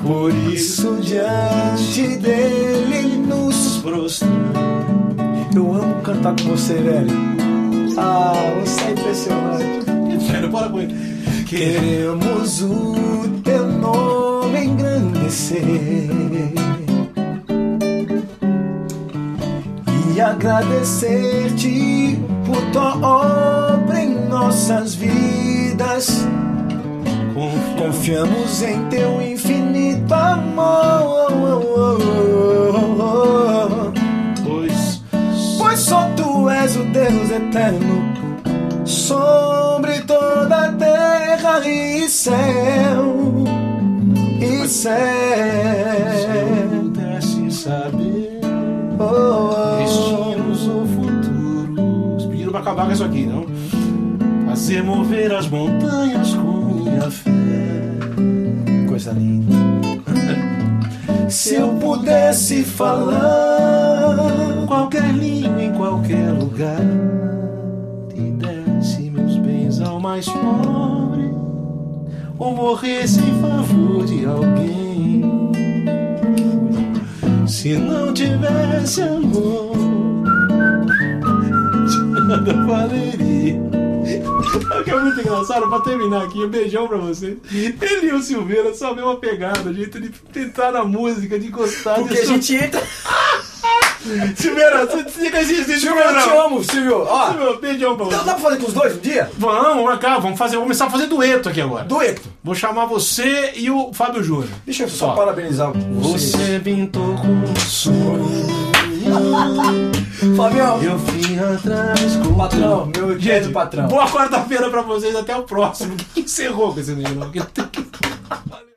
[SPEAKER 2] Por isso, diante dele nos prostramos. Eu amo cantar com você, velho. Ah, você é impressionante.
[SPEAKER 1] Sério, para com ele.
[SPEAKER 2] Queremos o teu nome engrandecer e agradecer-te por tua obra em nossas vidas.
[SPEAKER 1] Confia.
[SPEAKER 2] Confiamos em teu infinito amor.
[SPEAKER 1] Pois
[SPEAKER 2] Pois só tu és o Deus eterno sobre toda a terra e céu e
[SPEAKER 1] se
[SPEAKER 2] céu.
[SPEAKER 1] pudesse saber
[SPEAKER 2] Oh, oh.
[SPEAKER 1] destinos ou futuros. Pediram pra acabar com isso aqui, não? Fazer mover as montanhas com minha fé.
[SPEAKER 2] Coisa linda. Se eu pudesse falar,
[SPEAKER 1] Em qualquer língua, em qualquer lugar. E desse meus bens ao mais pobre. Ou morresse em favor de alguém. Se não tivesse amor, de nada valeria. Sabe o que é muito engraçado? Pra terminar aqui, um beijão pra vocês. Ele e o Silveira, só vê uma pegada, jeito de tentar na música, de gostar
[SPEAKER 2] porque
[SPEAKER 1] de
[SPEAKER 2] a gente entra.
[SPEAKER 1] Silveira, você fica assim, assistindo.
[SPEAKER 2] Silvio, eu te
[SPEAKER 1] Silveira,
[SPEAKER 2] amo, Silvio. Ó,
[SPEAKER 1] Silveira, beijão pra
[SPEAKER 2] dá
[SPEAKER 1] você.
[SPEAKER 2] pra fazer com os dois um dia?
[SPEAKER 1] Vamos, vamos cá, vamos fazer, vamos começar a fazer dueto aqui agora.
[SPEAKER 2] Dueto.
[SPEAKER 1] Vou chamar você e o Fábio Júnior.
[SPEAKER 2] Deixa eu só parabenizar vocês.
[SPEAKER 1] pintou com sonho,
[SPEAKER 2] Fabião,
[SPEAKER 1] eu fui atrás com
[SPEAKER 2] patrão, meu querido patrão.
[SPEAKER 1] Boa quarta-feira pra vocês, até o próximo. Que encerrou com esse negócio.